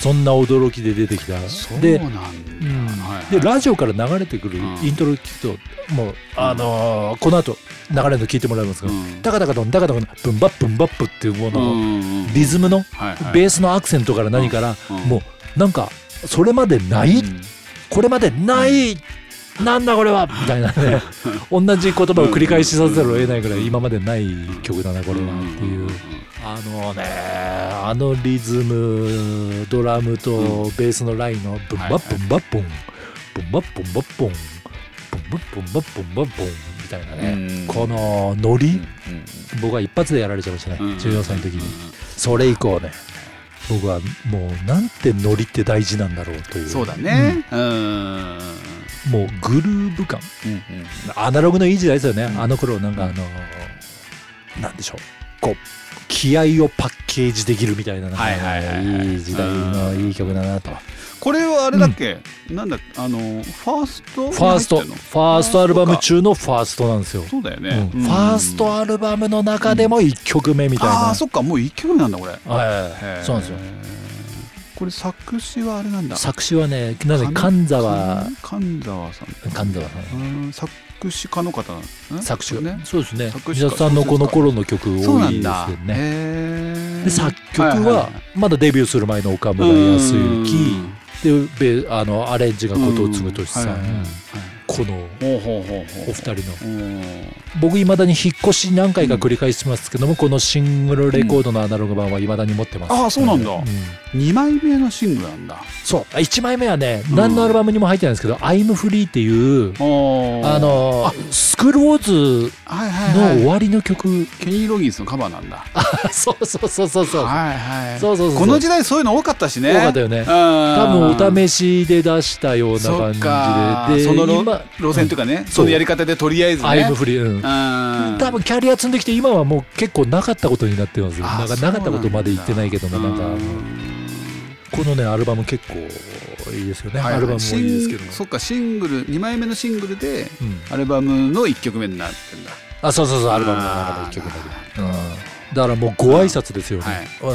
[SPEAKER 2] そんな驚きで出てきた
[SPEAKER 1] そう
[SPEAKER 2] で
[SPEAKER 1] なんだ
[SPEAKER 2] うん
[SPEAKER 1] はいはい
[SPEAKER 2] でラジオから流れてくる
[SPEAKER 1] うん
[SPEAKER 2] イントロ聞くともうあのーこの後流れるの聞いてもらえますが
[SPEAKER 1] うん
[SPEAKER 2] 「タカタカドンタカタカドンブンバッブンバッブ」っていうも
[SPEAKER 1] う
[SPEAKER 2] のの
[SPEAKER 1] んうん
[SPEAKER 2] リズムの
[SPEAKER 1] はいはい
[SPEAKER 2] ベースのアクセントから何から
[SPEAKER 1] うん
[SPEAKER 2] もうなんかそれまでない
[SPEAKER 1] うん
[SPEAKER 2] これまでないなんだこれはみたいな
[SPEAKER 1] [LAUGHS]
[SPEAKER 2] ね同じ言葉を繰り返しさせざるを得ないぐらい今までない曲だなこれはっていうあのねあのリズムドラムとベースのラインのブンバ
[SPEAKER 1] はいはい
[SPEAKER 2] ッブンバッボンブンバッボンバッボンブンバッボンバッボンバッボンみたいなね
[SPEAKER 1] うん
[SPEAKER 2] このノリ
[SPEAKER 1] うん
[SPEAKER 2] 僕は一発でやられちゃいましたね
[SPEAKER 1] うん
[SPEAKER 2] 14歳の時に
[SPEAKER 1] うん
[SPEAKER 2] それ以降ね僕はもうなんてノリって大事なんだろうという
[SPEAKER 1] そうだねうんうん
[SPEAKER 2] もうグルーヴ感
[SPEAKER 1] うん
[SPEAKER 2] アナログのいい時代ですよね、
[SPEAKER 1] うん
[SPEAKER 2] あの頃なんかあのーなんでしょうこう気合をパッケージできるみたいななんか
[SPEAKER 1] はいはいはいはい
[SPEAKER 2] いい時代のいい曲だなと
[SPEAKER 1] これはあれだっけなんだあのファーストに
[SPEAKER 2] ファースト
[SPEAKER 1] 入ってん
[SPEAKER 2] フ
[SPEAKER 1] の
[SPEAKER 2] ァーストアルバム中のファーストなんですよ、
[SPEAKER 1] そうだよね
[SPEAKER 2] うんファーストアルバムの中でも1曲目みたい
[SPEAKER 1] あ
[SPEAKER 2] な
[SPEAKER 1] あ、そっかもう一曲目なんだこれ
[SPEAKER 2] はい
[SPEAKER 1] へー
[SPEAKER 2] そうなんですよ
[SPEAKER 1] これ作詞はあれなんだ
[SPEAKER 2] 作詞はねなぜ神沢
[SPEAKER 1] 神沢さん
[SPEAKER 2] 神沢さん
[SPEAKER 1] うん作詞家の方なんですね
[SPEAKER 2] 作詞が
[SPEAKER 1] ね
[SPEAKER 2] そうですね
[SPEAKER 1] 作詞
[SPEAKER 2] 藤
[SPEAKER 1] 家
[SPEAKER 2] 田さんのこの頃の曲多いです
[SPEAKER 1] そう
[SPEAKER 2] よ
[SPEAKER 1] なんだ
[SPEAKER 2] ね
[SPEAKER 1] へー
[SPEAKER 2] で作曲
[SPEAKER 1] いい
[SPEAKER 2] はいまだデビューする前の岡村康之でべあのアレンジが後藤嗣俊さん、
[SPEAKER 1] はいはいはい
[SPEAKER 2] この
[SPEAKER 1] ほうほうほうほう
[SPEAKER 2] お二人の
[SPEAKER 1] うん
[SPEAKER 2] 僕いまだに引っ越し何回か繰り返してますけども、このシングルレコードのアナログ版はいまだに持ってます、
[SPEAKER 1] ああそうなんだ二枚目のシングルなんだ
[SPEAKER 2] そう1枚目はね
[SPEAKER 1] うん
[SPEAKER 2] 何のアルバムにも入ってないんですけど「I'm Free」っていうあ
[SPEAKER 1] あ
[SPEAKER 2] のスクールウォーズ
[SPEAKER 1] はい
[SPEAKER 2] の
[SPEAKER 1] はいはい
[SPEAKER 2] 終わりの曲
[SPEAKER 1] ケニー・ロギンスのカバーなんだ
[SPEAKER 2] [LAUGHS] そうそうそうそうそう、
[SPEAKER 1] はいはい
[SPEAKER 2] そうそうそう
[SPEAKER 1] この時代そういうの多かったしね
[SPEAKER 2] 多かったよね多
[SPEAKER 1] 多
[SPEAKER 2] 分お試しで出したような感じでで
[SPEAKER 1] その路
[SPEAKER 2] 今
[SPEAKER 1] 路線というかね、
[SPEAKER 2] う
[SPEAKER 1] そのやり方でとりあえずね
[SPEAKER 2] I'm Free」うん
[SPEAKER 1] うん
[SPEAKER 2] 多分キャリア積んできて今はもう結構なかったことになってますよ
[SPEAKER 1] あ
[SPEAKER 2] なん
[SPEAKER 1] そう
[SPEAKER 2] か
[SPEAKER 1] な
[SPEAKER 2] なん
[SPEAKER 1] だ
[SPEAKER 2] かったことまで言ってないけどもなんか
[SPEAKER 1] う
[SPEAKER 2] このねアルバム結構いいですよね、
[SPEAKER 1] はい
[SPEAKER 2] アルバムもいいですけど
[SPEAKER 1] シン
[SPEAKER 2] も
[SPEAKER 1] そっかシングル2枚目のシングルで
[SPEAKER 2] うん、
[SPEAKER 1] アルバムの1曲目になってんだ
[SPEAKER 2] あそうそうそうアルバムの中の一曲だけど、うん、だからもうご挨拶ですよね、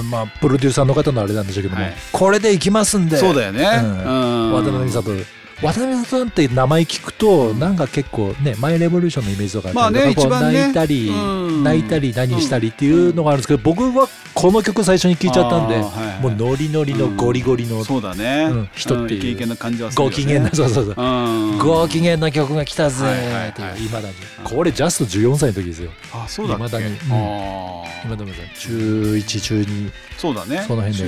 [SPEAKER 2] まあプロデューサーの方のあれなんでしょうけども、
[SPEAKER 1] はい
[SPEAKER 2] これでいきますんで
[SPEAKER 1] そうだよね、
[SPEAKER 2] うん渡辺美
[SPEAKER 1] ん
[SPEAKER 2] 里渡辺美里なんて名前聞くとなんか結構ねマイレボリューションのイメージとか
[SPEAKER 1] まあね
[SPEAKER 2] なんかこう
[SPEAKER 1] 一番ね
[SPEAKER 2] 泣いたり、
[SPEAKER 1] うん
[SPEAKER 2] 泣いたり何したりっていうのがあるんですけど僕はこの曲最初に聞いちゃったんで、
[SPEAKER 1] あーはいはい
[SPEAKER 2] もうノリノリのゴリゴリの
[SPEAKER 1] そうだね、
[SPEAKER 2] うん人っていう
[SPEAKER 1] うんイケイケな感じはするよ
[SPEAKER 2] ご
[SPEAKER 1] ね
[SPEAKER 2] 機嫌な、そうそうそう、
[SPEAKER 1] うん
[SPEAKER 2] ご機嫌な曲が来たぜ
[SPEAKER 1] はいはいはい
[SPEAKER 2] ーっていういまだにこれジャスト14歳の時ですよ
[SPEAKER 1] あそうだっけ
[SPEAKER 2] 未だにうん
[SPEAKER 1] あー
[SPEAKER 2] 今でもね中1中2
[SPEAKER 1] そうだね
[SPEAKER 2] その辺で
[SPEAKER 1] 中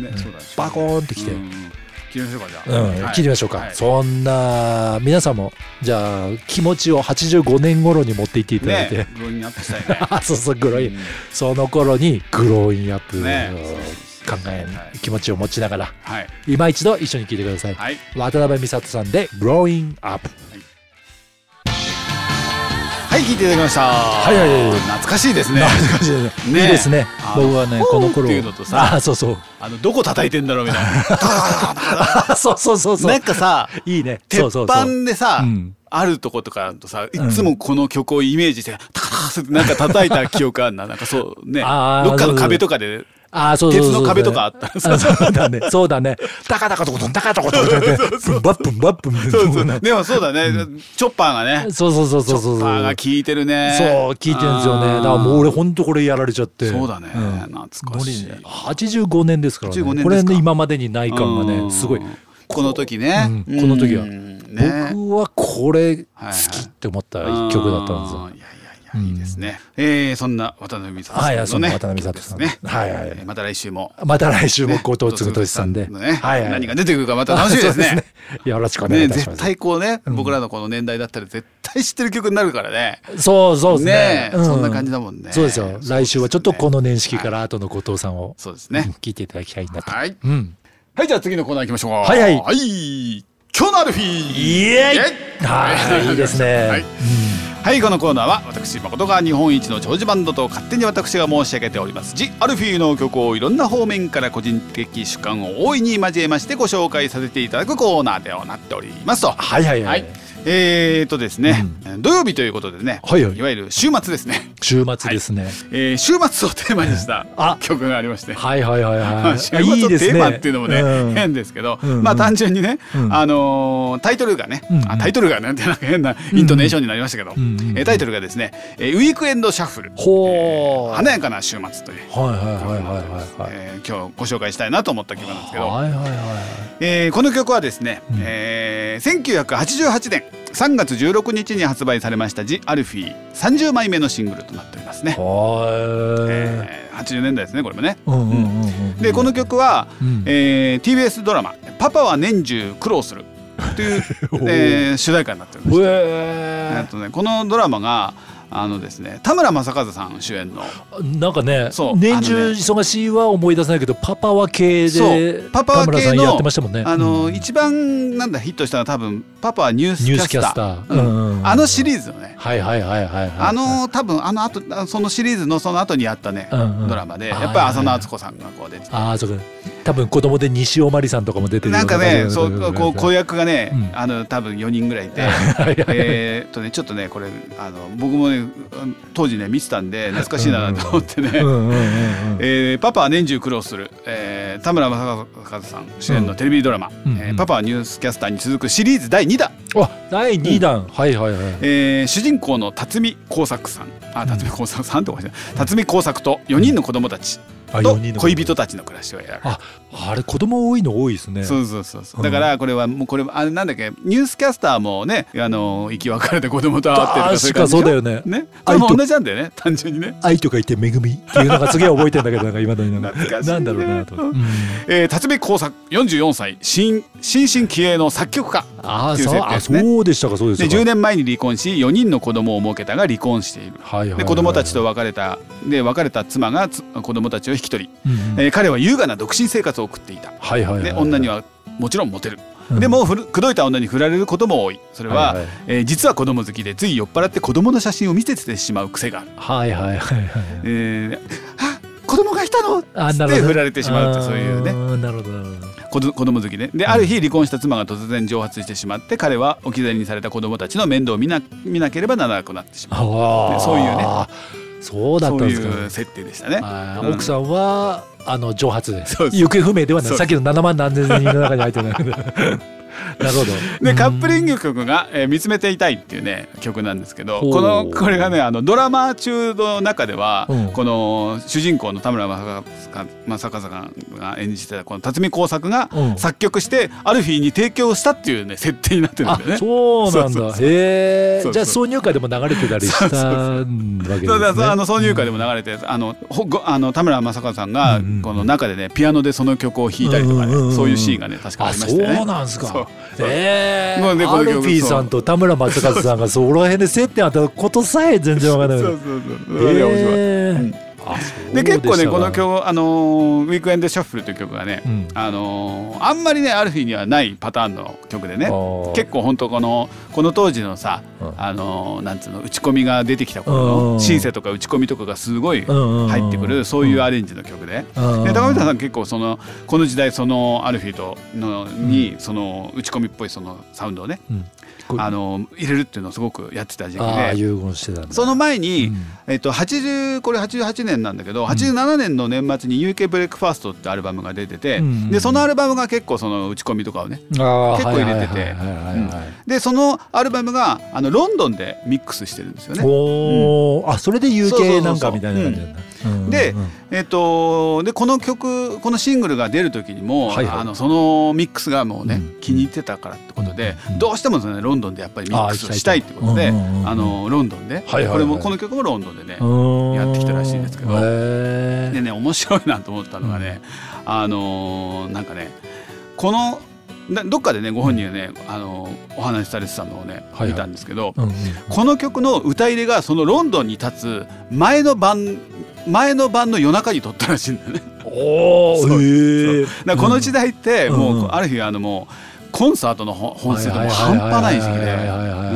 [SPEAKER 1] ね
[SPEAKER 2] うん
[SPEAKER 1] そうだね
[SPEAKER 2] バコーンってきて
[SPEAKER 1] うん切りましょうかじゃ
[SPEAKER 2] う
[SPEAKER 1] あ、
[SPEAKER 2] ん、
[SPEAKER 1] はい
[SPEAKER 2] 切りましょうか、
[SPEAKER 1] はい
[SPEAKER 2] そんな皆さんもじゃあ気持ちを85年頃に持っていっていただいて、
[SPEAKER 1] ねブログにアップしたいね
[SPEAKER 2] あ [LAUGHS] そうそうグロイン、
[SPEAKER 1] うん
[SPEAKER 2] その頃にグローインアップ
[SPEAKER 1] ね
[SPEAKER 2] を考え、
[SPEAKER 1] はい
[SPEAKER 2] 気持ちを持ちながら
[SPEAKER 1] はい
[SPEAKER 2] 今一度一緒に聴いてください、
[SPEAKER 1] はい
[SPEAKER 2] 渡辺美里さんで「グローインアップ
[SPEAKER 1] はい聞いていただきましたはい
[SPEAKER 2] はいはいはい
[SPEAKER 1] 懐かしいです」
[SPEAKER 2] [LAUGHS]
[SPEAKER 1] ね
[SPEAKER 2] な感じでね
[SPEAKER 1] ね
[SPEAKER 2] いいですね
[SPEAKER 1] あの
[SPEAKER 2] 僕はね
[SPEAKER 1] ほー
[SPEAKER 2] この頃
[SPEAKER 1] っていうのとさ
[SPEAKER 2] あそうそう
[SPEAKER 1] [LAUGHS] あのどこ叩いてんだろうみたい
[SPEAKER 2] そうそうそう
[SPEAKER 1] な
[SPEAKER 2] そ
[SPEAKER 1] なん
[SPEAKER 2] う
[SPEAKER 1] かさ
[SPEAKER 2] いいね
[SPEAKER 1] 鉄
[SPEAKER 2] そうそうそう
[SPEAKER 1] 板でさ
[SPEAKER 2] うん
[SPEAKER 1] あるとことかとさいつもこの曲をイメージしてタカタカってなんか叩いた記憶あんななんかそうね
[SPEAKER 2] あー
[SPEAKER 1] どっか
[SPEAKER 2] そ
[SPEAKER 1] の
[SPEAKER 2] うそう
[SPEAKER 1] 壁とかで
[SPEAKER 2] あそうそう
[SPEAKER 1] 鉄
[SPEAKER 2] そう
[SPEAKER 1] の壁とかあ
[SPEAKER 2] あ
[SPEAKER 1] った
[SPEAKER 2] そうだねそ
[SPEAKER 1] [LAUGHS]
[SPEAKER 2] うだねタカタカとことんタカタカとことんってバップンバップン
[SPEAKER 1] そうそうでもそうだねチョッパーがね
[SPEAKER 2] そうそうそうそう
[SPEAKER 1] チョ
[SPEAKER 2] そう
[SPEAKER 1] ッパーが効いてるね
[SPEAKER 2] そう聞いてるんですよねだからもう俺ほんとこれやられちゃって
[SPEAKER 1] そうだね
[SPEAKER 2] ん
[SPEAKER 1] 懐かしい
[SPEAKER 2] ノリね85年ですからね
[SPEAKER 1] 85年ですか
[SPEAKER 2] これね今までにない感が
[SPEAKER 1] う
[SPEAKER 2] ね
[SPEAKER 1] ん
[SPEAKER 2] すごい
[SPEAKER 1] この時ね
[SPEAKER 2] うんこの時は
[SPEAKER 1] うんね
[SPEAKER 2] 僕はこれ好
[SPEAKER 1] はいはい
[SPEAKER 2] きって思った一曲だったんで
[SPEAKER 1] あ
[SPEAKER 2] すよ
[SPEAKER 1] ーいやいやいやいいですね。えーそんな渡辺美里さんの
[SPEAKER 2] は
[SPEAKER 1] ね。
[SPEAKER 2] いはいそんな渡辺美里さん
[SPEAKER 1] 曲ですね。
[SPEAKER 2] はいはい
[SPEAKER 1] えーまた来週も。
[SPEAKER 2] また来週も
[SPEAKER 1] ね
[SPEAKER 2] 後藤嗣俊さんで
[SPEAKER 1] 後藤嗣俊さ
[SPEAKER 2] はい
[SPEAKER 1] んのね
[SPEAKER 2] はい
[SPEAKER 1] 何が出てくるかまた楽しみです
[SPEAKER 2] [LAUGHS] そう
[SPEAKER 1] ね。
[SPEAKER 2] よろしくお願い
[SPEAKER 1] ね
[SPEAKER 2] いたし
[SPEAKER 1] 絶
[SPEAKER 2] ます
[SPEAKER 1] 対こうね僕らのこの年代だったら絶対知ってる曲になるからね。
[SPEAKER 2] そうそうですね
[SPEAKER 1] ねえそんな感じだもんね
[SPEAKER 2] そうですよ。来週はちょっとこの年式か
[SPEAKER 1] は
[SPEAKER 2] ら後の後藤さんを
[SPEAKER 1] そうです
[SPEAKER 2] うん
[SPEAKER 1] ね。
[SPEAKER 2] 聞いていただきたいなと。
[SPEAKER 1] はい。
[SPEAKER 2] うん。
[SPEAKER 1] はいじゃあ次のコーナー行きましょう。
[SPEAKER 2] はいはい
[SPEAKER 1] はい。今日のアルフィー。
[SPEAKER 2] イエイはいいいですね。
[SPEAKER 1] はい
[SPEAKER 2] うん
[SPEAKER 1] はいこのコーナーは私誠が日本一の長寿バンドと勝手に私が申し上げておりますジ・アルフィーの曲をいろんな方面から個人的主観を大いに交えましてご紹介させていただくコーナーではなっておりますと
[SPEAKER 2] はいはい
[SPEAKER 1] は
[SPEAKER 2] はいい。
[SPEAKER 1] えー、とですね、土曜日ということでね、
[SPEAKER 2] はいはい
[SPEAKER 1] わゆる週末ですね、
[SPEAKER 2] 週末ですね。
[SPEAKER 1] えー、週末をテーマにした
[SPEAKER 2] あ
[SPEAKER 1] 曲がありまして、
[SPEAKER 2] はいはいは
[SPEAKER 1] ま
[SPEAKER 2] いは
[SPEAKER 1] あ [LAUGHS]
[SPEAKER 2] い。
[SPEAKER 1] 週末をテーマっていうのもね
[SPEAKER 2] うん
[SPEAKER 1] 変ですけど、
[SPEAKER 2] うんうん
[SPEAKER 1] まあ単純にね、
[SPEAKER 2] うん
[SPEAKER 1] あのータイトルがね、
[SPEAKER 2] うん
[SPEAKER 1] あタイトルがなんてなんか変なイントネーションになりましたけど、
[SPEAKER 2] うんうん
[SPEAKER 1] えータイトルがですね、えーウィークエンドシャッフル、
[SPEAKER 2] ほう。
[SPEAKER 1] 華やかな週末という。
[SPEAKER 2] はいはいはいはいはい。
[SPEAKER 1] えー今日ご紹介したいなと思った曲なんですけど、
[SPEAKER 2] はいはいはい
[SPEAKER 1] えーこの曲はですね、
[SPEAKER 2] うん
[SPEAKER 1] えー1988年3月16日に発売されました「ジ・アルフィー」30枚目のシングルとなっておりますね、
[SPEAKER 2] はい。はい。
[SPEAKER 1] えー80年代ですねこれもね
[SPEAKER 2] うんうんうんうん。
[SPEAKER 1] でこの曲は、
[SPEAKER 2] うん
[SPEAKER 1] えー TBS ドラマ「パパは年中苦労する」と
[SPEAKER 2] [LAUGHS]
[SPEAKER 1] いう、
[SPEAKER 2] ー
[SPEAKER 1] えー主題歌になっております
[SPEAKER 2] うえ
[SPEAKER 1] えっとねこのドラマがあのですね田村正和さん主演の
[SPEAKER 2] ーなんかね
[SPEAKER 1] そう
[SPEAKER 2] 年
[SPEAKER 1] あの
[SPEAKER 2] 中
[SPEAKER 1] ね
[SPEAKER 2] 忙しいは思い出せないけどパパは系
[SPEAKER 1] そ
[SPEAKER 2] で
[SPEAKER 1] うパパは
[SPEAKER 2] 田村
[SPEAKER 1] 系
[SPEAKER 2] さん
[SPEAKER 1] の
[SPEAKER 2] やってましたもんね
[SPEAKER 1] あの、
[SPEAKER 2] うん
[SPEAKER 1] 一番なんだヒットしたのは多分「パパはニュース
[SPEAKER 2] ニ
[SPEAKER 1] キャ
[SPEAKER 2] ュース
[SPEAKER 1] ス
[SPEAKER 2] キ
[SPEAKER 1] ター」
[SPEAKER 2] ャスターうんうんうん
[SPEAKER 1] あのシリーズのね
[SPEAKER 2] はいはいはいはいはい
[SPEAKER 1] あの多分あのあとそのシリーズのその後にやったね、
[SPEAKER 2] うんうん
[SPEAKER 1] ドラマで
[SPEAKER 2] あー
[SPEAKER 1] やっぱり浅野敦子さんがこう出てて
[SPEAKER 2] ああそうか多分子供で西尾まりさんとかも出てるよ
[SPEAKER 1] なんか
[SPEAKER 2] 感じ
[SPEAKER 1] ね
[SPEAKER 2] だ
[SPEAKER 1] そうこう子役がね、
[SPEAKER 2] うん
[SPEAKER 1] あの多分4人ぐらいいて。
[SPEAKER 2] [LAUGHS] はいはい
[SPEAKER 1] えーっとねちょっとねこれあの僕もね当時ね見てたんで懐かしいなと思ってね、
[SPEAKER 2] うんうんうんうん
[SPEAKER 1] えーパパは年中苦労する」えー田村正和さん主演のテレビドラマ「
[SPEAKER 2] うんうん
[SPEAKER 1] えーパパはニュースキャスター」に続くシリーズ第2弾、
[SPEAKER 2] あ第2弾、はいはいはい
[SPEAKER 1] えー主人公の辰巳耕作さんあ辰巳耕作さんとかじゃない辰巳耕作と4人の子供たち
[SPEAKER 2] あ
[SPEAKER 1] と
[SPEAKER 2] 四人の
[SPEAKER 1] 恋人たちの暮らしをやる。
[SPEAKER 2] ああれ子供多いの多いですね
[SPEAKER 1] そうそうそうそう
[SPEAKER 2] うん
[SPEAKER 1] だからこれはもうこれあれなんだっけニュースキャスターもねあの生き別れて子供と会ってるとかそういう感じでし
[SPEAKER 2] 確かそうだ
[SPEAKER 1] ょ
[SPEAKER 2] よね
[SPEAKER 1] ねこれも同じなんだよね単純にね
[SPEAKER 2] 愛とか言って恵みっていうのがすげえ覚えてんだけどなんか今だになんか
[SPEAKER 1] 懐かしいね
[SPEAKER 2] なんだろうなと思って、うん
[SPEAKER 1] えー辰巳耕作44歳新新進気鋭の作曲家
[SPEAKER 2] あ
[SPEAKER 1] っ
[SPEAKER 2] ー
[SPEAKER 1] ていう
[SPEAKER 2] そ
[SPEAKER 1] 設
[SPEAKER 2] う
[SPEAKER 1] 定で
[SPEAKER 2] あ
[SPEAKER 1] すね
[SPEAKER 2] そうでしたかそうで
[SPEAKER 1] で
[SPEAKER 2] した
[SPEAKER 1] 10
[SPEAKER 2] か
[SPEAKER 1] 年前に離婚し4人の子供を設けたが離婚している
[SPEAKER 2] はいはいはい
[SPEAKER 1] で子供たちと別れたで別れた妻がつ子供たちを引き取り、
[SPEAKER 2] うんうん
[SPEAKER 1] えー彼は優雅な独身生活を送っていた
[SPEAKER 2] はいはいはい
[SPEAKER 1] で女にはもちろんモテる、
[SPEAKER 2] うん
[SPEAKER 1] でもふる口説いた女に振られることも多いそれは、
[SPEAKER 2] はいはい
[SPEAKER 1] えー実は子供好きでつい酔っ払って子供の写真を見せてしまう癖がある、
[SPEAKER 2] はいはいはいはい
[SPEAKER 1] えーあ子供がいたのつって振られてしまうってそういうね
[SPEAKER 2] ねなるほどなるほど
[SPEAKER 1] 子ど子供好きでである日離婚した妻が突然蒸発してしまって彼は置き去りにされた子供たちの面倒を見な見なければならなくなってしまう
[SPEAKER 2] あ
[SPEAKER 1] ね
[SPEAKER 2] あ
[SPEAKER 1] そういうね
[SPEAKER 2] そうだっ
[SPEAKER 1] そ
[SPEAKER 2] た
[SPEAKER 1] うん
[SPEAKER 2] ですか
[SPEAKER 1] いう設定でしたね。
[SPEAKER 2] あ
[SPEAKER 1] う
[SPEAKER 2] ー
[SPEAKER 1] ん
[SPEAKER 2] 奥さんは、あの蒸発で
[SPEAKER 1] そうそう
[SPEAKER 2] 行方不明ではな
[SPEAKER 1] そう
[SPEAKER 2] いさっきの7万何千人の中に入ってない
[SPEAKER 1] [LAUGHS]
[SPEAKER 2] なるほど
[SPEAKER 1] でカップリ
[SPEAKER 2] ン
[SPEAKER 1] ング曲が、えー見つめていたい」っていうね曲なんですけど
[SPEAKER 2] ほう
[SPEAKER 1] このこれがねあのドラマ中の中では、
[SPEAKER 2] うん
[SPEAKER 1] この主人公の田村正和正和さんが演じてたこの辰巳耕作が
[SPEAKER 2] うん
[SPEAKER 1] 作曲して、アルフィーに提供したっていうね設定になってるん
[SPEAKER 2] あ
[SPEAKER 1] だよね。
[SPEAKER 2] そうなん
[SPEAKER 1] そうそう
[SPEAKER 2] だ
[SPEAKER 1] そう
[SPEAKER 2] へ
[SPEAKER 1] そ
[SPEAKER 2] え
[SPEAKER 1] う
[SPEAKER 2] じゃあ
[SPEAKER 1] そ
[SPEAKER 2] 挿入歌でも流れてたりしたわけです
[SPEAKER 1] そうだそうあの
[SPEAKER 2] ね
[SPEAKER 1] 挿入歌でも流れて、あのほごあの田村正和さんが
[SPEAKER 2] うんうんうん
[SPEAKER 1] この中でねピアノでその曲を弾いたりとかね、
[SPEAKER 2] うんうんうんうん
[SPEAKER 1] そういうシーンがね確かあ
[SPEAKER 2] あ
[SPEAKER 1] りま
[SPEAKER 2] そ
[SPEAKER 1] したよね。
[SPEAKER 2] うなんです
[SPEAKER 1] そう
[SPEAKER 2] かええ
[SPEAKER 1] まあねこ
[SPEAKER 2] ア
[SPEAKER 1] の曲
[SPEAKER 2] ルフィーさんと田村正和さんがそこら辺で接点あったことさえ全然わからな
[SPEAKER 1] そ
[SPEAKER 2] いう
[SPEAKER 1] そうそう。面白い
[SPEAKER 2] え
[SPEAKER 1] うん
[SPEAKER 2] ーあそう
[SPEAKER 1] で結構
[SPEAKER 2] し
[SPEAKER 1] ね
[SPEAKER 2] た
[SPEAKER 1] こ
[SPEAKER 2] か
[SPEAKER 1] の曲あのーウィークエンドシャッフルという曲がね、
[SPEAKER 2] うん
[SPEAKER 1] あのーあんまりねアルフィーにはないパターンの曲でね
[SPEAKER 2] あー
[SPEAKER 1] 結構本当このこの当時のさ、
[SPEAKER 2] うん
[SPEAKER 1] あのーなんつうの打ち込みが出てきた
[SPEAKER 2] う
[SPEAKER 1] 頃の
[SPEAKER 2] ん
[SPEAKER 1] シンセとか打ち込みとかがすごい入ってくるそういうアレンジの曲で。
[SPEAKER 2] うん
[SPEAKER 1] で高見田さん結構そのこの時代そのアルフィーとのにその打ち込みっぽいそのサウンドをね、
[SPEAKER 2] うんこう
[SPEAKER 1] あのー入れるっていうのをすごくやってた時期
[SPEAKER 2] ああ
[SPEAKER 1] で
[SPEAKER 2] 融合してたんだ
[SPEAKER 1] その前に、
[SPEAKER 2] うん
[SPEAKER 1] えっと、80これ88年なんだけど87年の年末に「UK ブレックファースト」ってアルバムが出てて、
[SPEAKER 2] うん
[SPEAKER 1] でそのアルバムが結構その打ち込みとかをね結
[SPEAKER 2] 結
[SPEAKER 1] 構入れててでそのアルバムがあのロンドンでミックスしてるんですよね。
[SPEAKER 2] おーあそれで
[SPEAKER 1] そうそうそう
[SPEAKER 2] UK なんかみたいな感じなんだうん
[SPEAKER 1] で
[SPEAKER 2] うんうん
[SPEAKER 1] えっと、でこの曲このシングルが出る時にも、
[SPEAKER 2] はいはい
[SPEAKER 1] あのそのミックスがもうね、
[SPEAKER 2] うん
[SPEAKER 1] 気に入ってたからってことで、
[SPEAKER 2] うん
[SPEAKER 1] どうしてもその、ね、ロンドンでやっぱりミックスをしたいってことで
[SPEAKER 2] あー行きたいとうんうんうん
[SPEAKER 1] あのロンドンで、
[SPEAKER 2] はいはいはい
[SPEAKER 1] これもこの曲もロンドンでね、
[SPEAKER 2] うん
[SPEAKER 1] やってきたらしいんですけど
[SPEAKER 2] へー
[SPEAKER 1] でね面白いなと思ったのがね、あのーなんかねこのなどっかでねご本人がね、あのーお話しされてたのをね、
[SPEAKER 2] はいはい
[SPEAKER 1] 見たんですけど、
[SPEAKER 2] うんうん
[SPEAKER 1] この曲の歌入れがそのロンドンに立つ前の晩前の晩の夜中に撮ったらしいんだよね。
[SPEAKER 2] お
[SPEAKER 1] そう
[SPEAKER 2] ーへー
[SPEAKER 1] だからこの時代って
[SPEAKER 2] うん
[SPEAKER 1] もう、
[SPEAKER 2] うん
[SPEAKER 1] ある日あのもうコンサートのほ本数がもう
[SPEAKER 2] はいは
[SPEAKER 1] 半
[SPEAKER 2] いはいは
[SPEAKER 1] 端な
[SPEAKER 2] い
[SPEAKER 1] い時期で
[SPEAKER 2] はいはいはいはいはいはいはい
[SPEAKER 1] う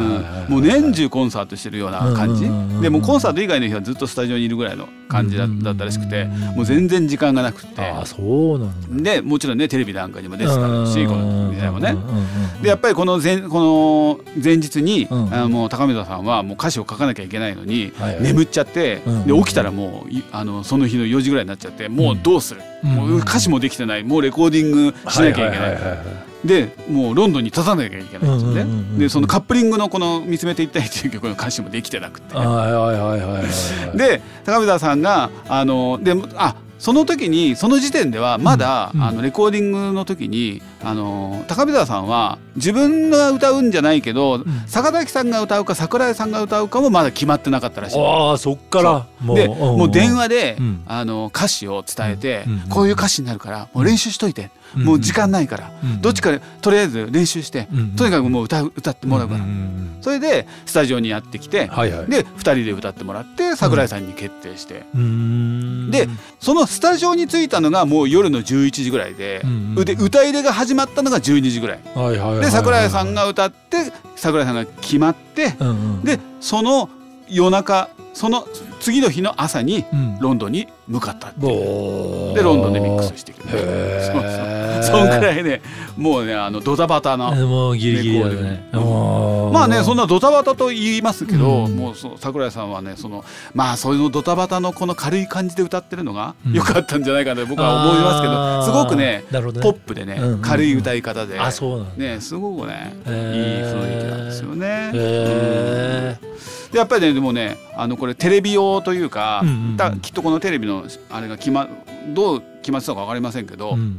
[SPEAKER 1] んもう年中コンサートしてるような感じ
[SPEAKER 2] うんうんうんうん
[SPEAKER 1] でもうコンサート以外の日はずっとスタジオにいるぐらいの感じだ
[SPEAKER 2] うんうんうん
[SPEAKER 1] だったらしくてもう全然時間がなくて
[SPEAKER 2] ああそうなんだ
[SPEAKER 1] でもちろんねテレビなんかにも出てたしこの時代もね
[SPEAKER 2] うん。うんうん
[SPEAKER 1] でやっぱりこの前この前日に、
[SPEAKER 2] うん
[SPEAKER 1] あもう高見沢さんはもう歌詞を書かなきゃいけないのに、
[SPEAKER 2] はいはい
[SPEAKER 1] 眠っちゃって、
[SPEAKER 2] うん
[SPEAKER 1] で起きたらもういあのその日の4時ぐらいになっちゃってもうどうする、
[SPEAKER 2] うん
[SPEAKER 1] もう歌詞もできてないもうレコーディングしなきゃいけない,、
[SPEAKER 2] はははは
[SPEAKER 1] でもうロンドンに立たなきゃいけないんですよね、
[SPEAKER 2] うんうんうんうん
[SPEAKER 1] でそのカップリングのこの「見つめていったい」っていう曲の歌詞もできてなくて。
[SPEAKER 2] はいはいはいはいはい
[SPEAKER 1] で高見沢さんがあのであその時にその時点ではまだ、
[SPEAKER 2] うんうん
[SPEAKER 1] あのレコーディングの時にあの高見沢さんは自分が歌うんじゃないけど、坂崎さんが歌うか桜井さんが歌うかもまだ決まってなかったらしい。
[SPEAKER 2] ああそっからもう
[SPEAKER 1] で
[SPEAKER 2] んん
[SPEAKER 1] もう電話で、
[SPEAKER 2] うん
[SPEAKER 1] あの歌詞を伝えて、
[SPEAKER 2] うんうん
[SPEAKER 1] こういう歌詞になるからもう練習しといて、
[SPEAKER 2] うん
[SPEAKER 1] もう時間ないから、
[SPEAKER 2] うん
[SPEAKER 1] どっちかでとりあえず練習して、
[SPEAKER 2] うん
[SPEAKER 1] とにかくもう歌う歌ってもらうから、
[SPEAKER 2] んん
[SPEAKER 1] それでスタジオにやってきて、
[SPEAKER 2] うんはいはい
[SPEAKER 1] で2人で歌ってもらって桜井さんに決定して、
[SPEAKER 2] うーん
[SPEAKER 1] でそのスタジオに着いたのがもう夜の11時ぐらいで,、
[SPEAKER 2] うんうん
[SPEAKER 1] で歌入れが始まったのが12時ぐらい
[SPEAKER 2] はいはいはいはい
[SPEAKER 1] で桜井さんが歌って桜井さんが決まって
[SPEAKER 2] うんうん
[SPEAKER 1] でその夜中その次の日の朝に
[SPEAKER 2] うん
[SPEAKER 1] ロンドンに向かったっていう
[SPEAKER 2] おー
[SPEAKER 1] でロンドンでミックスしてきて [LAUGHS] そうそ
[SPEAKER 2] へー
[SPEAKER 1] うそんくらいねもうねあのドタバタな
[SPEAKER 2] もうギリギリだね
[SPEAKER 1] レコーディング
[SPEAKER 2] もう
[SPEAKER 1] まあねそんなドタバタと言いますけど、
[SPEAKER 2] うん
[SPEAKER 1] もうそう桜井さんはねそのまあそのドタバタのこの軽い感じで歌ってるのが
[SPEAKER 2] うん
[SPEAKER 1] 良かったんじゃないかなと僕は思いますけ
[SPEAKER 2] あ
[SPEAKER 1] ど
[SPEAKER 2] ー
[SPEAKER 1] すごくね
[SPEAKER 2] なるほどね
[SPEAKER 1] ポップでね、
[SPEAKER 2] うんうんうん
[SPEAKER 1] 軽い歌い方で
[SPEAKER 2] あそうなんだ
[SPEAKER 1] ねすごくねいい
[SPEAKER 2] へー
[SPEAKER 1] 雰囲気なんですよね。
[SPEAKER 2] へー
[SPEAKER 1] でやっぱりねでもねあのこれテレビ用というか、
[SPEAKER 2] うんうんうん
[SPEAKER 1] たきっとこのテレビのあれが決まどう決まってたか分かりませんけど、
[SPEAKER 2] うん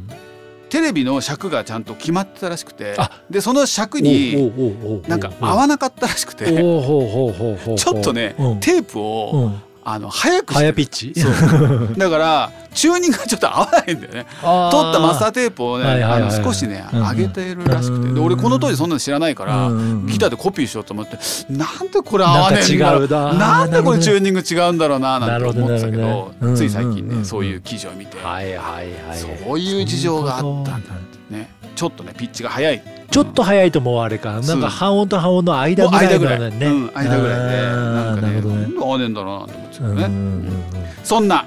[SPEAKER 1] テレビの尺がちゃんと決まってたらしくて
[SPEAKER 2] あ
[SPEAKER 1] でその尺に
[SPEAKER 2] おうおうおうおう
[SPEAKER 1] なんか合わなかったらしくて。
[SPEAKER 2] おうほうほうほうほうほう
[SPEAKER 1] ちょっとね、
[SPEAKER 2] うん
[SPEAKER 1] テープを、
[SPEAKER 2] うん
[SPEAKER 1] あの早くして
[SPEAKER 2] 早
[SPEAKER 1] る
[SPEAKER 2] ピッチ
[SPEAKER 1] そうだからチューニングがちょっと合わないんだよね
[SPEAKER 2] [LAUGHS] あー
[SPEAKER 1] 取ったマスターテープをね、
[SPEAKER 2] はいはいはい
[SPEAKER 1] あの少しね、
[SPEAKER 2] うんうん
[SPEAKER 1] 上げてるらしくてで俺この当時そんなの知らないから、
[SPEAKER 2] うんうん
[SPEAKER 1] ギターでコピーしようと思ってなんでこれ合わねえんだろ
[SPEAKER 2] なんか違うな
[SPEAKER 1] なんでこれ
[SPEAKER 2] なるほどね
[SPEAKER 1] チューニング違うんだろうななんて思ってたけど
[SPEAKER 2] なるほどねなるほどね
[SPEAKER 1] つい最近ね、
[SPEAKER 2] うんうんうん
[SPEAKER 1] そういう記事を見て、
[SPEAKER 2] はいはいはい
[SPEAKER 1] そういう事情があったんだ
[SPEAKER 2] そういう
[SPEAKER 1] ねちょっとねピッチが速い
[SPEAKER 2] ちょっと早いともうあれか
[SPEAKER 1] そ
[SPEAKER 2] な
[SPEAKER 1] うん
[SPEAKER 2] か半音と半音の間
[SPEAKER 1] もう
[SPEAKER 2] ぐら
[SPEAKER 1] 間
[SPEAKER 2] い
[SPEAKER 1] ぐらい、
[SPEAKER 2] のね
[SPEAKER 1] うん、間ぐらいでな
[SPEAKER 2] あ
[SPEAKER 1] ん
[SPEAKER 2] ー
[SPEAKER 1] か
[SPEAKER 2] な
[SPEAKER 1] ね
[SPEAKER 2] るほど
[SPEAKER 1] な
[SPEAKER 2] ね
[SPEAKER 1] んで合わねえんだろうなって思っちゃう
[SPEAKER 2] うん
[SPEAKER 1] ね、
[SPEAKER 2] うん
[SPEAKER 1] う
[SPEAKER 2] うんん
[SPEAKER 1] そんな、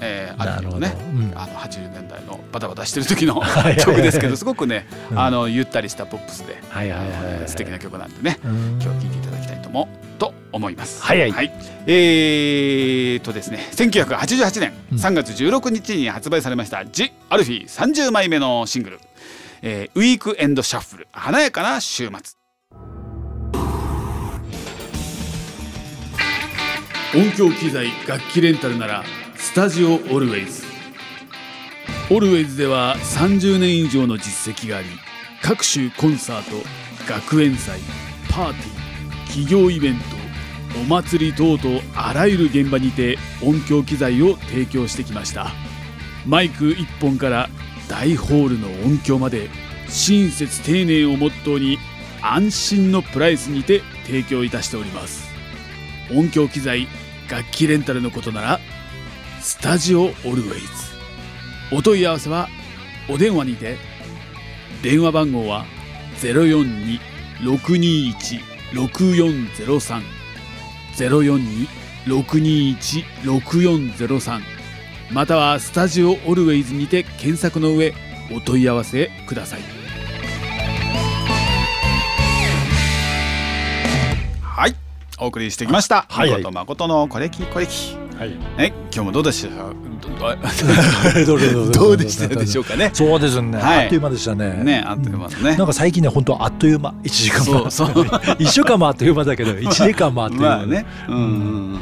[SPEAKER 1] えー、
[SPEAKER 2] な
[SPEAKER 1] 秋
[SPEAKER 2] る
[SPEAKER 1] の
[SPEAKER 2] ほど
[SPEAKER 1] ね、
[SPEAKER 2] うん
[SPEAKER 1] あの80年代のバタバタしてる時の
[SPEAKER 2] [LAUGHS] はいはいはい
[SPEAKER 1] 曲ですけどすごくね、
[SPEAKER 2] うん
[SPEAKER 1] あのゆったりしたポップスで、
[SPEAKER 2] はいはいはい
[SPEAKER 1] あ
[SPEAKER 2] は
[SPEAKER 1] の
[SPEAKER 2] い
[SPEAKER 1] 素敵な曲なんでね
[SPEAKER 2] うん
[SPEAKER 1] 今日聴いていただきたいともと思います。
[SPEAKER 2] はいはい
[SPEAKER 1] えー、とですね1988年
[SPEAKER 2] うん
[SPEAKER 1] 3月16日に発売されました「ジ・アルフィー30枚目のシングル「えーウィークエンド・シャッフル華やかな週末」。音響機材楽器レンタルならスタジオオルウェイズオルウェイズでは30年以上の実績があり各種コンサート学園祭パーティー企業イベントお祭り等々あらゆる現場にて音響機材を提供してきましたマイク1本から大ホールの音響まで親切丁寧をモットーに安心のプライスにて提供いたしております音響機材楽器レンタルのことならスタジオオルウェイズお問い合わせはお電話にて電話番号は042-621-6403 042-621-6403またはスタジオオルウェイズにて検索の上お問い合わせくださいはいお送りしてきました「
[SPEAKER 2] はいはい
[SPEAKER 1] 誠誠のこれきこれき」
[SPEAKER 2] はい
[SPEAKER 1] ね、今日もどうでしたど
[SPEAKER 2] [LAUGHS] どれ
[SPEAKER 1] ど
[SPEAKER 2] どれ
[SPEAKER 1] どうでしたでしょうかね。
[SPEAKER 2] そうですね
[SPEAKER 1] はい
[SPEAKER 2] あっという間でしたね
[SPEAKER 1] ね、あっという間だね
[SPEAKER 2] なん。か最近ね本当あっという間1時間も
[SPEAKER 1] そう
[SPEAKER 2] [LAUGHS]
[SPEAKER 1] そう。
[SPEAKER 2] 1週間もあっという間だけど1時間もあっという間
[SPEAKER 1] まあね、うんうんうん。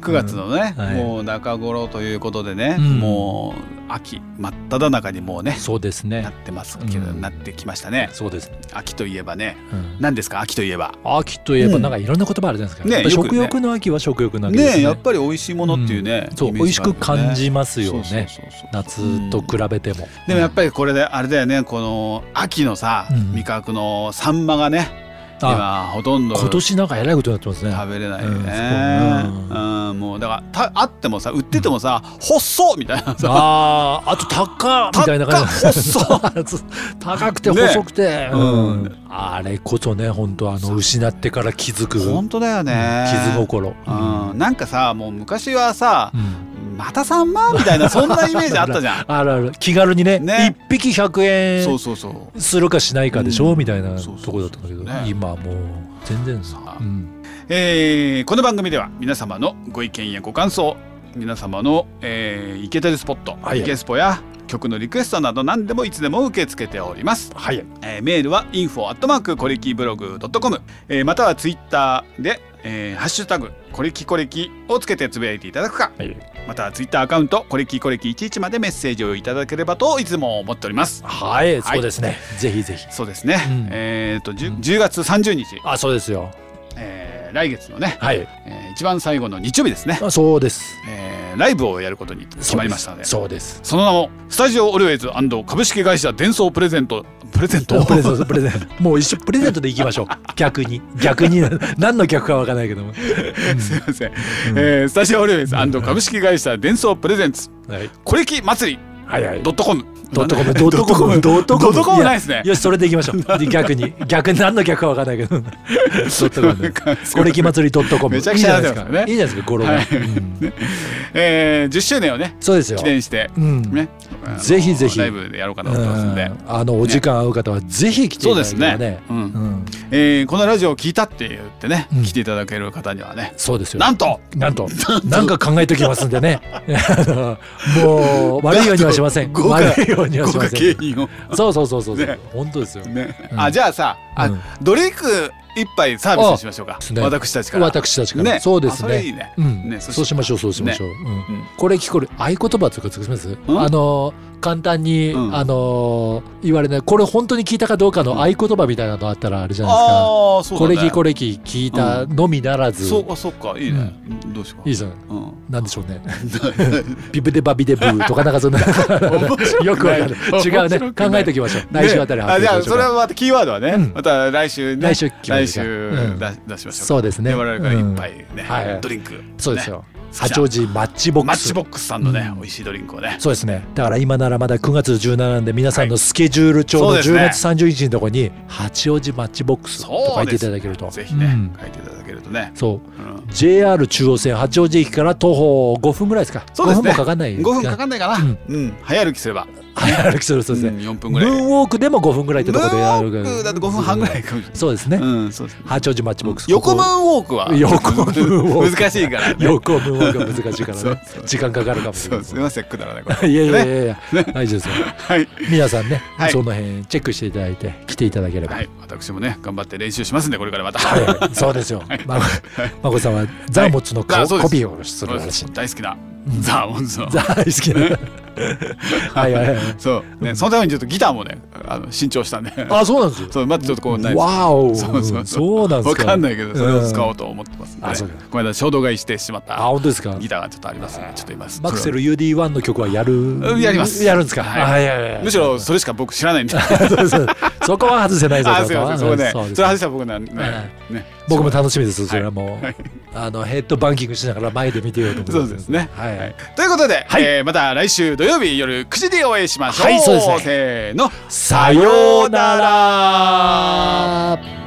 [SPEAKER 1] 9月のね、
[SPEAKER 2] はい
[SPEAKER 1] もう中頃ということでね、
[SPEAKER 2] うん
[SPEAKER 1] もう秋真っ只中にもうね、
[SPEAKER 2] そうです
[SPEAKER 1] なっ
[SPEAKER 2] ね
[SPEAKER 1] てますけど、
[SPEAKER 2] うん
[SPEAKER 1] なってきましたね。
[SPEAKER 2] そうですね、
[SPEAKER 1] 秋といえばね、
[SPEAKER 2] うん
[SPEAKER 1] 何ですか秋といえば。
[SPEAKER 2] 秋といえばなんかいろんな言葉あるじゃないですか、
[SPEAKER 1] ね
[SPEAKER 2] やっぱり
[SPEAKER 1] よくね
[SPEAKER 2] 食欲の秋は食欲の秋で
[SPEAKER 1] ね
[SPEAKER 2] すね
[SPEAKER 1] やっぱり美味しいものっていうね、
[SPEAKER 2] そう
[SPEAKER 1] イ
[SPEAKER 2] 美
[SPEAKER 1] メー
[SPEAKER 2] 味
[SPEAKER 1] ジ
[SPEAKER 2] し
[SPEAKER 1] があ
[SPEAKER 2] く
[SPEAKER 1] るよね
[SPEAKER 2] 感じますよね
[SPEAKER 1] そうそうそうそう
[SPEAKER 2] 夏と比べても、
[SPEAKER 1] でもやっぱりこれであれだよねこの秋のさ、
[SPEAKER 2] うん
[SPEAKER 1] 味覚のサンマがね
[SPEAKER 2] あ
[SPEAKER 1] 今ほとんど
[SPEAKER 2] 今年なんかえらいことになってますね
[SPEAKER 1] 食べれないよね、
[SPEAKER 2] うんそう
[SPEAKER 1] うんもうだがたあってもさ売っててもさ「細っ!」みたいなさ
[SPEAKER 2] あああと高っみたいな感じ
[SPEAKER 1] 高っ細っ
[SPEAKER 2] [LAUGHS] 高くて
[SPEAKER 1] ね
[SPEAKER 2] 細くて、
[SPEAKER 1] うん
[SPEAKER 2] うんあれこそね本当あの失ってから気づく
[SPEAKER 1] 本当だよね
[SPEAKER 2] 傷心、
[SPEAKER 1] うん、なんかさもう昔はさ
[SPEAKER 2] う、ん
[SPEAKER 1] またさんまみたいなそんなイメージあったじ
[SPEAKER 2] [LAUGHS]
[SPEAKER 1] ゃん
[SPEAKER 2] あるある気軽にね
[SPEAKER 1] ね
[SPEAKER 2] 一匹100
[SPEAKER 1] そ
[SPEAKER 2] 円
[SPEAKER 1] うそうそう
[SPEAKER 2] するかしないかでしょ、
[SPEAKER 1] うん
[SPEAKER 2] みたいな
[SPEAKER 1] そうそうそう
[SPEAKER 2] とこだったんだけど、
[SPEAKER 1] ね
[SPEAKER 2] 今はもう全然さ、うん
[SPEAKER 1] えーこの番組では皆様のご意見やご感想皆様の、えーイケてるスポット、
[SPEAKER 2] はいはい
[SPEAKER 1] イケスポや曲のリクエストなど何でもいつでも受け付けております、
[SPEAKER 2] はい
[SPEAKER 1] えーメールは info アットマークコレキブログドットコムまたはツイッターで、えーハッシュタグコレキコレキをつけてつぶやいていただくか
[SPEAKER 2] はい
[SPEAKER 1] またはツイッターアカウントコレキコレキ11までメッセージをいただければといつも思っております
[SPEAKER 2] はい、そうですねぜひぜひ
[SPEAKER 1] そうですね、
[SPEAKER 2] うん
[SPEAKER 1] えっと 10,
[SPEAKER 2] うん
[SPEAKER 1] 10月30日、
[SPEAKER 2] あそうですよ
[SPEAKER 1] えー来月のね、
[SPEAKER 2] はい
[SPEAKER 1] えー一番最後の日曜日ですね
[SPEAKER 2] あそうです
[SPEAKER 1] えーライブをやることに決まりましたのでそ
[SPEAKER 2] そうです
[SPEAKER 1] の名もスタジオオルウェイズ株式会社伝送プレゼントプレゼント
[SPEAKER 2] そうですそうですプレゼント [LAUGHS] もう一緒プレゼントでいきましょう逆に逆に何の逆かわからないけど
[SPEAKER 1] [LAUGHS]
[SPEAKER 2] も、
[SPEAKER 1] すいません、えースタジオオルウェイズ株式会社伝送プレゼンツ
[SPEAKER 2] はい
[SPEAKER 1] これき祭り
[SPEAKER 2] はいはい
[SPEAKER 1] ドットコム
[SPEAKER 2] ドットコムドットコ
[SPEAKER 1] [LAUGHS]
[SPEAKER 2] ム
[SPEAKER 1] ド
[SPEAKER 2] ド
[SPEAKER 1] ッ
[SPEAKER 2] ッ
[SPEAKER 1] ト
[SPEAKER 2] ト
[SPEAKER 1] コムド
[SPEAKER 2] コム
[SPEAKER 1] ットコムないですね
[SPEAKER 2] よしそれでいきましょうで逆に逆に何の逆かわからないけどドット
[SPEAKER 1] [LAUGHS]
[SPEAKER 2] コムこれき祭りドットコム
[SPEAKER 1] め
[SPEAKER 2] いい
[SPEAKER 1] ち
[SPEAKER 2] じ
[SPEAKER 1] ゃ
[SPEAKER 2] ゃ
[SPEAKER 1] くちゃ
[SPEAKER 2] な
[SPEAKER 1] や
[SPEAKER 2] い
[SPEAKER 1] ってますね
[SPEAKER 2] ですかいいじゃないですか語呂が、
[SPEAKER 1] はい
[SPEAKER 2] うん
[SPEAKER 1] [LAUGHS] えー10周年をね
[SPEAKER 2] そうですよ
[SPEAKER 1] 記念して、
[SPEAKER 2] うん
[SPEAKER 1] ねあの
[SPEAKER 2] ぜひぜひ
[SPEAKER 1] ライブでやろうか
[SPEAKER 2] う
[SPEAKER 1] なと思ってますんで、
[SPEAKER 2] んあのお時間合う方はぜひ来て
[SPEAKER 1] そ
[SPEAKER 2] いうた
[SPEAKER 1] で
[SPEAKER 2] だ
[SPEAKER 1] す
[SPEAKER 2] ければ
[SPEAKER 1] ね
[SPEAKER 2] ね
[SPEAKER 1] う
[SPEAKER 2] うんん
[SPEAKER 1] えーこのラジオを聞いたって言ってね、
[SPEAKER 2] うん
[SPEAKER 1] 来ていただける方にはね
[SPEAKER 2] そうですよ
[SPEAKER 1] なんと
[SPEAKER 2] なんと、なんか考えときますんでね。 [LAUGHS] もう、悪いようにはしません。
[SPEAKER 1] [LAUGHS] 豪華
[SPEAKER 2] 悪いようには
[SPEAKER 1] 豪
[SPEAKER 2] しま
[SPEAKER 1] 華
[SPEAKER 2] せ
[SPEAKER 1] 景
[SPEAKER 2] ん。
[SPEAKER 1] 品を
[SPEAKER 2] そうそうそうそうそう、
[SPEAKER 1] ね
[SPEAKER 2] 本当ですよ。
[SPEAKER 1] ね、
[SPEAKER 2] うん
[SPEAKER 1] あじゃあさあ、
[SPEAKER 2] うん
[SPEAKER 1] ドリンク一杯サービスにしましょうか
[SPEAKER 2] あ、ね
[SPEAKER 1] 私たちから
[SPEAKER 2] 私たちから、
[SPEAKER 1] ね
[SPEAKER 2] そうです
[SPEAKER 1] あそれいい
[SPEAKER 2] ね。
[SPEAKER 1] ね
[SPEAKER 2] うん、
[SPEAKER 1] ね
[SPEAKER 2] そうしましょう、そうしましょう。うん
[SPEAKER 1] うん
[SPEAKER 2] これ聞こえる合言葉とか作ります。
[SPEAKER 1] ん
[SPEAKER 2] あのー、簡単に、
[SPEAKER 1] うん
[SPEAKER 2] あのー、言われない、これ本当に聞いたかどうかの合言葉みたいなのあったら、あれじゃないですか。
[SPEAKER 1] ああそう
[SPEAKER 2] こ
[SPEAKER 1] だ、ね、
[SPEAKER 2] れきこれき聞いたのみならず。
[SPEAKER 1] そうかそうかいいね、どうしようか
[SPEAKER 2] いいじゃない。
[SPEAKER 1] うん、
[SPEAKER 2] なんでしょ
[SPEAKER 1] [LAUGHS]
[SPEAKER 2] うね。ビブデバビデブーとかなんかそんなよくわかる。違うね。考えておきましょう。来週あたり
[SPEAKER 1] ね
[SPEAKER 2] 発
[SPEAKER 1] あじゃあそ
[SPEAKER 2] 表しまし
[SPEAKER 1] れ
[SPEAKER 2] ょ
[SPEAKER 1] は
[SPEAKER 2] う。
[SPEAKER 1] またキーワードはね、
[SPEAKER 2] うん
[SPEAKER 1] また来週ね
[SPEAKER 2] 来週決め
[SPEAKER 1] 来
[SPEAKER 2] ましょう
[SPEAKER 1] 週
[SPEAKER 2] うん
[SPEAKER 1] だ出しましょうか
[SPEAKER 2] そうですね。
[SPEAKER 1] 我々からいっぱ
[SPEAKER 2] うん
[SPEAKER 1] いね、
[SPEAKER 2] はい
[SPEAKER 1] ドリンク、
[SPEAKER 2] そうです
[SPEAKER 1] ね
[SPEAKER 2] よ。
[SPEAKER 1] きな
[SPEAKER 2] 八王子マッチボッ
[SPEAKER 1] マ
[SPEAKER 2] ク
[SPEAKER 1] ッチ
[SPEAKER 2] ス
[SPEAKER 1] ボ。ックスさんのね、
[SPEAKER 2] うん
[SPEAKER 1] 美味しいドリンクをね
[SPEAKER 2] そうですね。だから今ならまだ9月17なんで皆さん
[SPEAKER 1] は
[SPEAKER 2] のスケジュール帳
[SPEAKER 1] そう
[SPEAKER 2] の
[SPEAKER 1] です
[SPEAKER 2] 10
[SPEAKER 1] ね
[SPEAKER 2] 月31日のところに八王子マッチボックスと書いていただけると。
[SPEAKER 1] ぜひね、
[SPEAKER 2] うん
[SPEAKER 1] 書いていただけるとね、
[SPEAKER 2] そう。
[SPEAKER 1] うん、
[SPEAKER 2] JR 中央線八王子駅から徒歩5分ぐらいですか。
[SPEAKER 1] そうですね
[SPEAKER 2] 5分もかかんない。
[SPEAKER 1] 5分かかんないかな、
[SPEAKER 2] うん
[SPEAKER 1] うん、早歩きすれば
[SPEAKER 2] はい歩きするそうです
[SPEAKER 1] う
[SPEAKER 2] ね。
[SPEAKER 1] ん4分
[SPEAKER 2] ム
[SPEAKER 1] ぐ
[SPEAKER 2] ー
[SPEAKER 1] らい
[SPEAKER 2] ンウォークでも5分ぐらいってとこでやる
[SPEAKER 1] ムーンウォークだと5分半ぐらいかもしれない
[SPEAKER 2] そうですね。
[SPEAKER 1] うん、そうですね。
[SPEAKER 2] 八王子マッチボックス。
[SPEAKER 1] 横
[SPEAKER 2] こ
[SPEAKER 1] ムー
[SPEAKER 2] こ
[SPEAKER 1] ンウォークは
[SPEAKER 2] 横ムーンウォーク
[SPEAKER 1] 難しいから、ね。
[SPEAKER 2] 横分は難しいか
[SPEAKER 1] [LAUGHS]
[SPEAKER 2] ら
[SPEAKER 1] そう
[SPEAKER 2] ね
[SPEAKER 1] そう。
[SPEAKER 2] 時間かかるかもし
[SPEAKER 1] そう
[SPEAKER 2] れない
[SPEAKER 1] すみませんくだらないこ
[SPEAKER 2] い
[SPEAKER 1] れ。
[SPEAKER 2] やいやい
[SPEAKER 1] ね
[SPEAKER 2] やいや、大丈夫ですよ。
[SPEAKER 1] はい
[SPEAKER 2] 皆さんね、
[SPEAKER 1] はい
[SPEAKER 2] その辺チェックしていただいて、来ていただければ。
[SPEAKER 1] は
[SPEAKER 2] はい
[SPEAKER 1] い。私もね頑張って練習しますんでこれからまた。
[SPEAKER 2] はいそうですよ。まこまこさんはザーモッツの
[SPEAKER 1] は
[SPEAKER 2] 顔
[SPEAKER 1] いそうです
[SPEAKER 2] コピーをす
[SPEAKER 1] そう
[SPEAKER 2] る
[SPEAKER 1] で
[SPEAKER 2] らしい
[SPEAKER 1] す。大好きなザーモンズの。
[SPEAKER 2] 大好きな。
[SPEAKER 1] [LAUGHS]
[SPEAKER 2] はいはいはい。
[SPEAKER 1] そうねそのためにちょっとギターもねあの新調したんで。
[SPEAKER 2] あ、そうなんですよ。
[SPEAKER 1] そうまずちょっとこうない。
[SPEAKER 2] わお。
[SPEAKER 1] そうそう
[SPEAKER 2] そうなんです
[SPEAKER 1] わ
[SPEAKER 2] か。
[SPEAKER 1] かんないけどそれを使お
[SPEAKER 2] う。
[SPEAKER 1] うんと思ってますんで
[SPEAKER 2] あそう
[SPEAKER 1] ね
[SPEAKER 2] だ。
[SPEAKER 1] この間衝動買いしてしまっ
[SPEAKER 2] あ、
[SPEAKER 1] た
[SPEAKER 2] 本当ですか。
[SPEAKER 1] ギターがちょっとありますんでちょっと今
[SPEAKER 2] マクセ
[SPEAKER 1] ル。
[SPEAKER 2] ル UD1 の曲はや
[SPEAKER 1] う
[SPEAKER 2] る
[SPEAKER 1] んやります
[SPEAKER 2] やるんですか。
[SPEAKER 1] はい
[SPEAKER 2] あいやいやいや
[SPEAKER 1] むしろそれしか僕知らないんで。
[SPEAKER 2] そうそうそこは外せないぞ。
[SPEAKER 1] あすいませんそこね。それ
[SPEAKER 2] うです
[SPEAKER 1] 外したら僕なんね
[SPEAKER 2] は
[SPEAKER 1] ね。
[SPEAKER 2] 僕も楽しみです。それはもう、
[SPEAKER 1] はい
[SPEAKER 2] あのヘッドバンキングしながら前で見てようと思います。
[SPEAKER 1] そうですね
[SPEAKER 2] はい。
[SPEAKER 1] はいということで、えーまた来週土曜日夜9時にお会いしましょう。
[SPEAKER 2] はいそうですね
[SPEAKER 1] せーの、
[SPEAKER 2] さようなら。